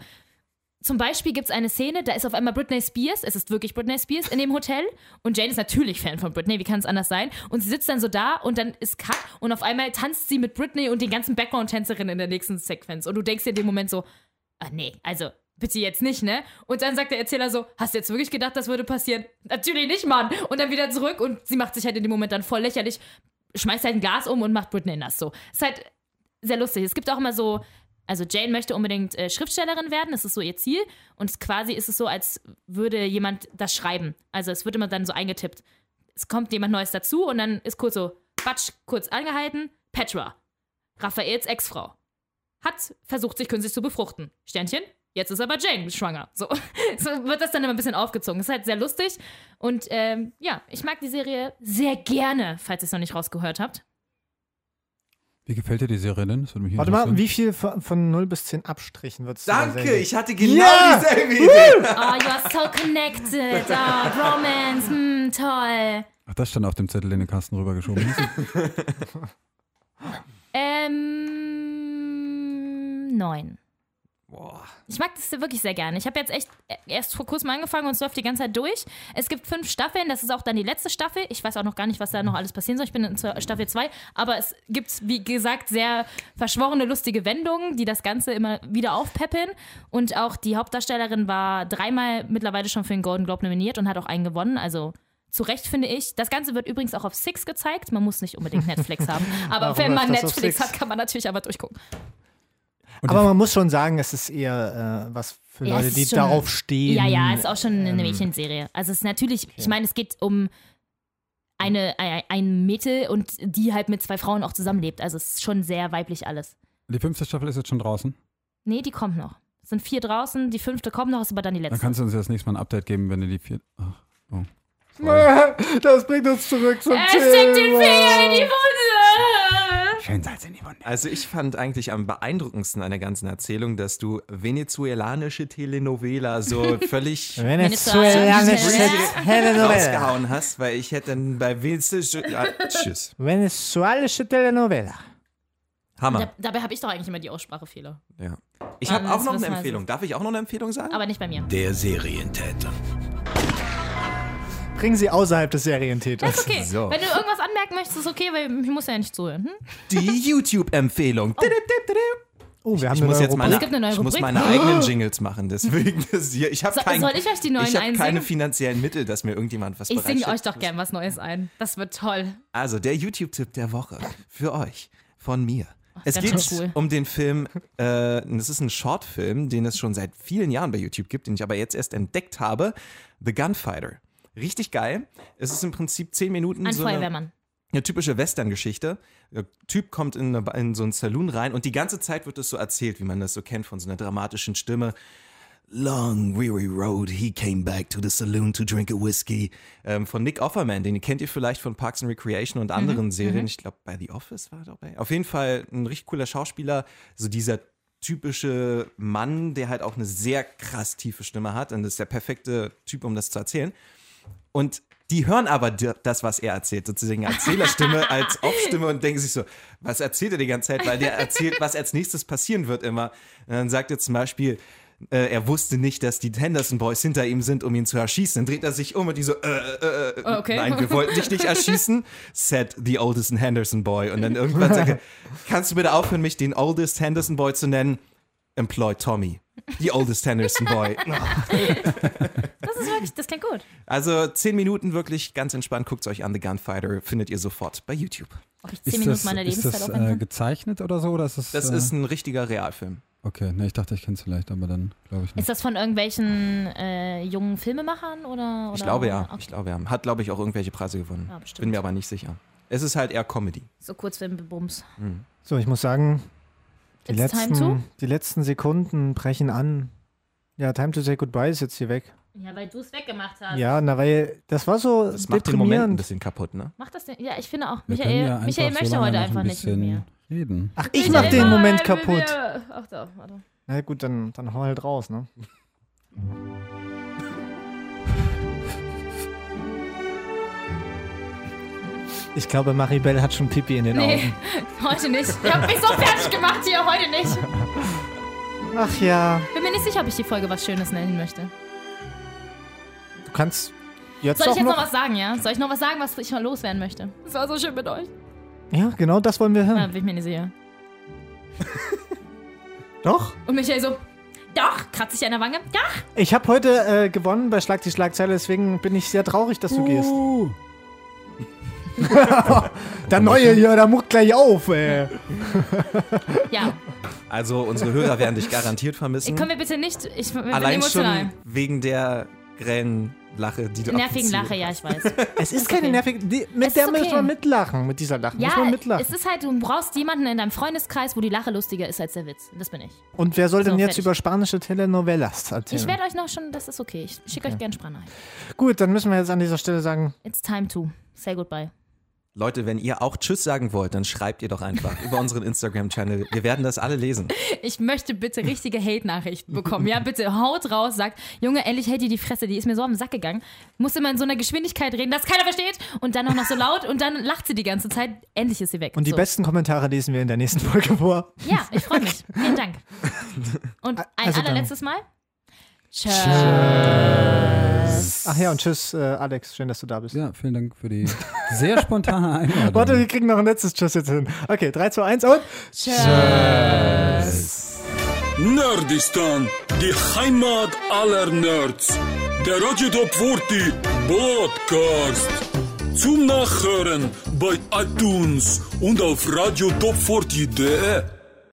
[SPEAKER 2] Zum Beispiel gibt es eine Szene, da ist auf einmal Britney Spears, es ist wirklich Britney Spears in dem Hotel und Jane ist natürlich Fan von Britney, wie kann es anders sein? Und sie sitzt dann so da und dann ist Cut und auf einmal tanzt sie mit Britney und den ganzen Background-Tänzerinnen in der nächsten Sequenz und du denkst dir in dem Moment so, ah nee, also bitte jetzt nicht, ne? Und dann sagt der Erzähler so, hast du jetzt wirklich gedacht, das würde passieren? Natürlich nicht, Mann! Und dann wieder zurück und sie macht sich halt in dem Moment dann voll lächerlich, schmeißt halt ein Glas um und macht Britney nass so. Ist halt sehr lustig. Es gibt auch immer so, also Jane möchte unbedingt äh, Schriftstellerin werden, das ist so ihr Ziel. Und es- quasi ist es so, als würde jemand das schreiben. Also es wird immer dann so eingetippt. Es kommt jemand Neues dazu und dann ist kurz so, Batsch, kurz angehalten, Petra, Raphaels Ex-Frau, hat versucht, sich künstlich zu befruchten. Sternchen, jetzt ist aber Jane schwanger. So, so wird das dann immer ein bisschen aufgezogen. Ist halt sehr lustig. Und ähm, ja, ich mag die Serie sehr gerne, falls ihr es noch nicht rausgehört habt.
[SPEAKER 6] Wie gefällt dir die Serie denn? Das würde mich
[SPEAKER 3] Warte mal,
[SPEAKER 6] interessieren.
[SPEAKER 3] wie viel von, von 0 bis 10 Abstrichen würdest du der
[SPEAKER 4] Danke,
[SPEAKER 3] Serie-
[SPEAKER 4] ich hatte genau
[SPEAKER 3] Ja!
[SPEAKER 4] dieselbe Idee.
[SPEAKER 2] Oh, you are so connected. Oh, Romance. Hm, toll.
[SPEAKER 6] Ach, das stand auf dem Zettel, den der Carsten rübergeschoben hat.
[SPEAKER 2] Ähm, neun.
[SPEAKER 4] Boah.
[SPEAKER 2] Ich mag das wirklich sehr gerne. Ich habe jetzt echt erst vor kurzem angefangen und es läuft die ganze Zeit durch. Es gibt fünf Staffeln, das ist auch dann die letzte Staffel. Ich weiß auch noch gar nicht, was da noch alles passieren soll. Ich bin in Zwe- Staffel 2, aber es gibt, wie gesagt, sehr verschworene, lustige Wendungen, die das Ganze immer wieder aufpeppeln. Und auch die Hauptdarstellerin war dreimal mittlerweile schon für den Golden Globe nominiert und hat auch einen gewonnen. Also zu Recht finde ich. Das Ganze wird übrigens auch auf Six gezeigt. Man muss nicht unbedingt Netflix haben. Aber
[SPEAKER 3] Warum
[SPEAKER 2] wenn man
[SPEAKER 3] läuft das auf
[SPEAKER 2] Netflix
[SPEAKER 3] Six?
[SPEAKER 2] hat, kann man natürlich aber durchgucken.
[SPEAKER 3] Aber man muss schon sagen, es ist eher äh, was für
[SPEAKER 2] Ja,
[SPEAKER 3] Leute,
[SPEAKER 2] es
[SPEAKER 3] die
[SPEAKER 2] ist schon-
[SPEAKER 3] darauf stehen.
[SPEAKER 2] Ja, ja, ist auch schon eine
[SPEAKER 6] ähm,
[SPEAKER 2] Mädchenserie. Also es ist natürlich, ich meine, es geht um eine, ein, ein Mädel und die halt mit zwei Frauen auch zusammenlebt. Also es ist schon sehr weiblich alles.
[SPEAKER 6] Die fünfte Staffel ist jetzt schon draußen.
[SPEAKER 2] Nee, die kommt noch. Es sind vier draußen, die fünfte kommt noch, ist aber dann die
[SPEAKER 6] Dann
[SPEAKER 2] letzte.
[SPEAKER 6] kannst du uns ja das nächste Mal ein Update geben, wenn du die vierte. Ach, oh. Sorry.
[SPEAKER 3] Äh, Das bringt uns zurück zum
[SPEAKER 2] Er steckt den Finger in Äh, die
[SPEAKER 3] Thema.
[SPEAKER 2] Wunde!
[SPEAKER 6] Schön Salz in die Wunde.
[SPEAKER 4] Also ich fand eigentlich am beeindruckendsten an der ganzen Erzählung, dass du venezuelanische Telenovela so völlig
[SPEAKER 3] Venezuelanische
[SPEAKER 2] Venezuelanische
[SPEAKER 3] Telenovela.
[SPEAKER 4] rausgehauen hast, weil ich hätte dann bei Venezuela... Ah, tschüss.
[SPEAKER 3] Venezuelische Telenovela.
[SPEAKER 2] Da,
[SPEAKER 4] Hammer.
[SPEAKER 2] dabei habe ich doch eigentlich immer die Aussprachefehler.
[SPEAKER 4] Ja. Ich
[SPEAKER 2] Mann,
[SPEAKER 4] habe auch
[SPEAKER 2] das
[SPEAKER 4] noch eine
[SPEAKER 2] wissen wir
[SPEAKER 4] Empfehlung. Darf ich auch noch eine Empfehlung sagen?
[SPEAKER 2] Aber nicht bei mir.
[SPEAKER 7] Der Serientäter.
[SPEAKER 3] Bringen sie außerhalb des Serientäters.
[SPEAKER 2] Okay,
[SPEAKER 4] So.
[SPEAKER 2] wenn du irgendwas anmerken möchtest, ist okay, weil ich muss ja nicht zuhören. Hm?
[SPEAKER 4] Die YouTube-Empfehlung.
[SPEAKER 3] Oh, wir haben
[SPEAKER 4] Ich
[SPEAKER 3] eine
[SPEAKER 4] muss
[SPEAKER 3] neue
[SPEAKER 4] jetzt
[SPEAKER 3] Rubrik.
[SPEAKER 4] meine,
[SPEAKER 2] Es gibt eine neue
[SPEAKER 4] ich muss
[SPEAKER 2] Rubrik. Oh.
[SPEAKER 4] meine eigenen Jingles machen, deswegen das hier. Ich habe
[SPEAKER 2] So-
[SPEAKER 4] kein,
[SPEAKER 2] soll ich euch die neuen
[SPEAKER 4] ich hab
[SPEAKER 2] einsingen?
[SPEAKER 4] keine finanziellen Mittel, dass mir irgendjemand was
[SPEAKER 2] Ich singe euch
[SPEAKER 4] bereitstellt.
[SPEAKER 2] doch gern was Neues ein. Das wird toll.
[SPEAKER 4] Also der YouTube-Tipp der Woche für euch von mir. Es
[SPEAKER 2] ganz
[SPEAKER 4] geht
[SPEAKER 2] cool.
[SPEAKER 4] um den Film, äh, es ist ein Shortfilm, den es schon seit vielen Jahren bei YouTube gibt, den ich aber jetzt erst entdeckt habe, The Gunfighter. Richtig geil. Es ist im Prinzip zehn Minuten
[SPEAKER 2] Ein
[SPEAKER 4] so eine,
[SPEAKER 2] Feuerwehrmann.
[SPEAKER 4] eine typische Western-Geschichte. Der Typ kommt in, eine, in so einen Saloon rein und die ganze Zeit wird es so erzählt, wie man das so kennt von so einer dramatischen Stimme. Long Weary Road, he came back to the saloon to drink a whiskey. Ähm, von Nick Offerman, den kennt ihr vielleicht von Parks and Recreation und anderen Serien. Ich glaube, bei The Office war er dabei. Auf jeden Fall ein richtig cooler Schauspieler. So dieser typische Mann, der halt auch eine sehr krass tiefe Stimme hat. Und das ist der perfekte Typ, um das zu erzählen. Und die hören aber di- das, was er erzählt, sozusagen Erzählerstimme als Off-Stimme und denken sich so, was erzählt er die ganze Zeit? Weil der erzählt, was als nächstes passieren wird immer. Und dann sagt er zum Beispiel, äh, er wusste nicht, dass die Henderson Boys hinter ihm sind, um ihn zu erschießen. Dann dreht er sich um und die so, äh, äh, äh,
[SPEAKER 2] Oh, Okay.
[SPEAKER 4] nein, wir wollten dich nicht erschießen. Said the oldest Henderson Boy. Und dann irgendwann sagt er, kannst du bitte aufhören, mich den oldest Henderson Boy zu nennen? Employ Tommy. The oldest Henderson Boy.
[SPEAKER 2] Das ist wirklich, das klingt gut.
[SPEAKER 4] Also 10 Minuten wirklich ganz entspannt. Guckt euch an. The Gunfighter findet ihr sofort bei YouTube.
[SPEAKER 2] Ob ich 10
[SPEAKER 6] Ist
[SPEAKER 2] Minuten
[SPEAKER 6] das,
[SPEAKER 2] meiner
[SPEAKER 6] ist
[SPEAKER 2] Lebenszeit
[SPEAKER 6] das äh,
[SPEAKER 2] aufwenden kann?
[SPEAKER 6] gezeichnet oder so? Oder ist das,
[SPEAKER 4] Das
[SPEAKER 6] äh,
[SPEAKER 4] ist ein richtiger Realfilm.
[SPEAKER 6] Okay, ne, ich dachte, ich kenne es vielleicht, aber dann glaube ich
[SPEAKER 2] Ist
[SPEAKER 6] nicht.
[SPEAKER 2] das von irgendwelchen äh, jungen Filmemachern oder, oder?
[SPEAKER 4] Ich glaube ja.
[SPEAKER 2] Okay.
[SPEAKER 4] Ich glaube ja. Hat, glaube ich, auch irgendwelche Preise gewonnen.
[SPEAKER 2] Ja, bestimmt.
[SPEAKER 4] Bin mir aber nicht sicher. Es ist halt eher Comedy.
[SPEAKER 2] So Kurzfilmbums.
[SPEAKER 3] So, ich muss sagen, die,
[SPEAKER 2] It's time to?
[SPEAKER 3] letzten, die letzten Sekunden brechen an. Ja, Time to Say Goodbye ist jetzt hier weg.
[SPEAKER 2] Ja, weil du es weggemacht hast.
[SPEAKER 3] Ja, na, weil das war so
[SPEAKER 4] Das macht den Moment ein
[SPEAKER 3] deprimierend.
[SPEAKER 4] bisschen kaputt, ne?
[SPEAKER 2] Mach das denn? Ja, ich finde auch.
[SPEAKER 6] Wir
[SPEAKER 2] Michael,
[SPEAKER 6] können ja
[SPEAKER 2] Michael
[SPEAKER 6] einfach
[SPEAKER 2] möchte
[SPEAKER 6] so lange
[SPEAKER 2] heute
[SPEAKER 6] noch ein
[SPEAKER 2] einfach nicht mit
[SPEAKER 6] bisschen
[SPEAKER 2] mir.
[SPEAKER 6] Reden.
[SPEAKER 3] Ach, ich mach den
[SPEAKER 2] Michael,
[SPEAKER 3] Moment
[SPEAKER 2] Michael,
[SPEAKER 3] kaputt.
[SPEAKER 2] wir- Ach da, warte.
[SPEAKER 3] Na gut, dann, dann hau halt raus, ne? Ich glaube, Maribel hat schon Pipi in den
[SPEAKER 2] Nee, heute nicht. Ich hab mich so fertig gemacht hier, heute nicht.
[SPEAKER 3] Augen. Ach ja.
[SPEAKER 2] Bin mir nicht sicher, ob ich die Folge was Schönes nennen möchte.
[SPEAKER 3] Du kannst jetzt
[SPEAKER 2] Soll ich
[SPEAKER 3] auch
[SPEAKER 2] jetzt noch
[SPEAKER 3] noch...
[SPEAKER 2] was sagen, ja? Soll ich noch was sagen, was ich noch loswerden möchte? Es war so schön mit euch.
[SPEAKER 3] ja, genau das wollen wir hören.
[SPEAKER 2] Ja, bin ich mir nicht sicher.
[SPEAKER 3] Doch.
[SPEAKER 2] Und Michael so, doch, kratzt sich an der Wange, doch.
[SPEAKER 3] Ich habe heute äh, gewonnen bei Schlag die Schlagzeile, deswegen bin ich sehr traurig, dass du gehst.
[SPEAKER 6] Uh,
[SPEAKER 3] Der Neue hier, der muckt gleich auf, ey.
[SPEAKER 2] Ja,
[SPEAKER 4] Also unsere Hörer werden dich garantiert
[SPEAKER 3] Hm?
[SPEAKER 4] vermissen.
[SPEAKER 2] können wir bitte nicht, ich bin
[SPEAKER 4] Allein
[SPEAKER 2] emotional.
[SPEAKER 4] schon wegen der grellen Lache, die du
[SPEAKER 2] Nervigen
[SPEAKER 4] abziehst.
[SPEAKER 2] Lache, ja, ich weiß.
[SPEAKER 3] Es ist keine
[SPEAKER 2] okay.
[SPEAKER 3] nervige... Die,
[SPEAKER 2] Es
[SPEAKER 3] mit
[SPEAKER 2] ist
[SPEAKER 3] der muss
[SPEAKER 2] okay.
[SPEAKER 3] man mitlachen, mit dieser Lachen. muss man
[SPEAKER 2] ja,
[SPEAKER 3] mitlachen.
[SPEAKER 2] es ist halt, du brauchst jemanden in deinem Freundeskreis, wo die Lache lustiger ist als der Witz. Das bin ich.
[SPEAKER 3] Und wer soll denn
[SPEAKER 2] So,
[SPEAKER 3] jetzt
[SPEAKER 2] fertig.
[SPEAKER 3] über spanische Telenovelas erzählen?
[SPEAKER 2] Ich werde euch noch schon, das ist okay. Ich schicke euch gerne Sprachnachrichten.
[SPEAKER 3] Gut, dann müssen wir jetzt an dieser Stelle sagen,
[SPEAKER 2] It's time to say goodbye.
[SPEAKER 4] Leute, wenn ihr auch Tschüss sagen wollt, dann schreibt ihr doch einfach über unseren Instagram-Channel. Wir werden das alle lesen.
[SPEAKER 2] Ich möchte bitte richtige Hate-Nachrichten bekommen. Ja, bitte haut raus, sagt, Junge, endlich hält ihr die Fresse, die ist mir so am Sack gegangen. Muss immer in so einer Geschwindigkeit reden, dass keiner versteht. Und dann auch noch so laut und dann lacht sie die ganze Zeit. Endlich ist sie weg.
[SPEAKER 3] und die
[SPEAKER 2] so.
[SPEAKER 3] besten Kommentare lesen wir in der nächsten Folge vor.
[SPEAKER 2] Ja, ich freue mich. Vielen Dank. Und ein
[SPEAKER 3] Also dann.
[SPEAKER 2] allerletztes Mal. Tschüss.
[SPEAKER 3] Ach ja, und tschüss, äh, Alex, schön, dass du da bist.
[SPEAKER 6] ja, vielen Dank für die sehr spontane Einladung.
[SPEAKER 3] Warte, wir kriegen noch ein letztes Tschüss jetzt hin. Okay, 3, 2, 1 und...
[SPEAKER 1] Nerdistan, die Heimat aller Nerds. Der Radio Top 40 Podcast. Zum Nachhören bei iTunes und auf radiotop40.de.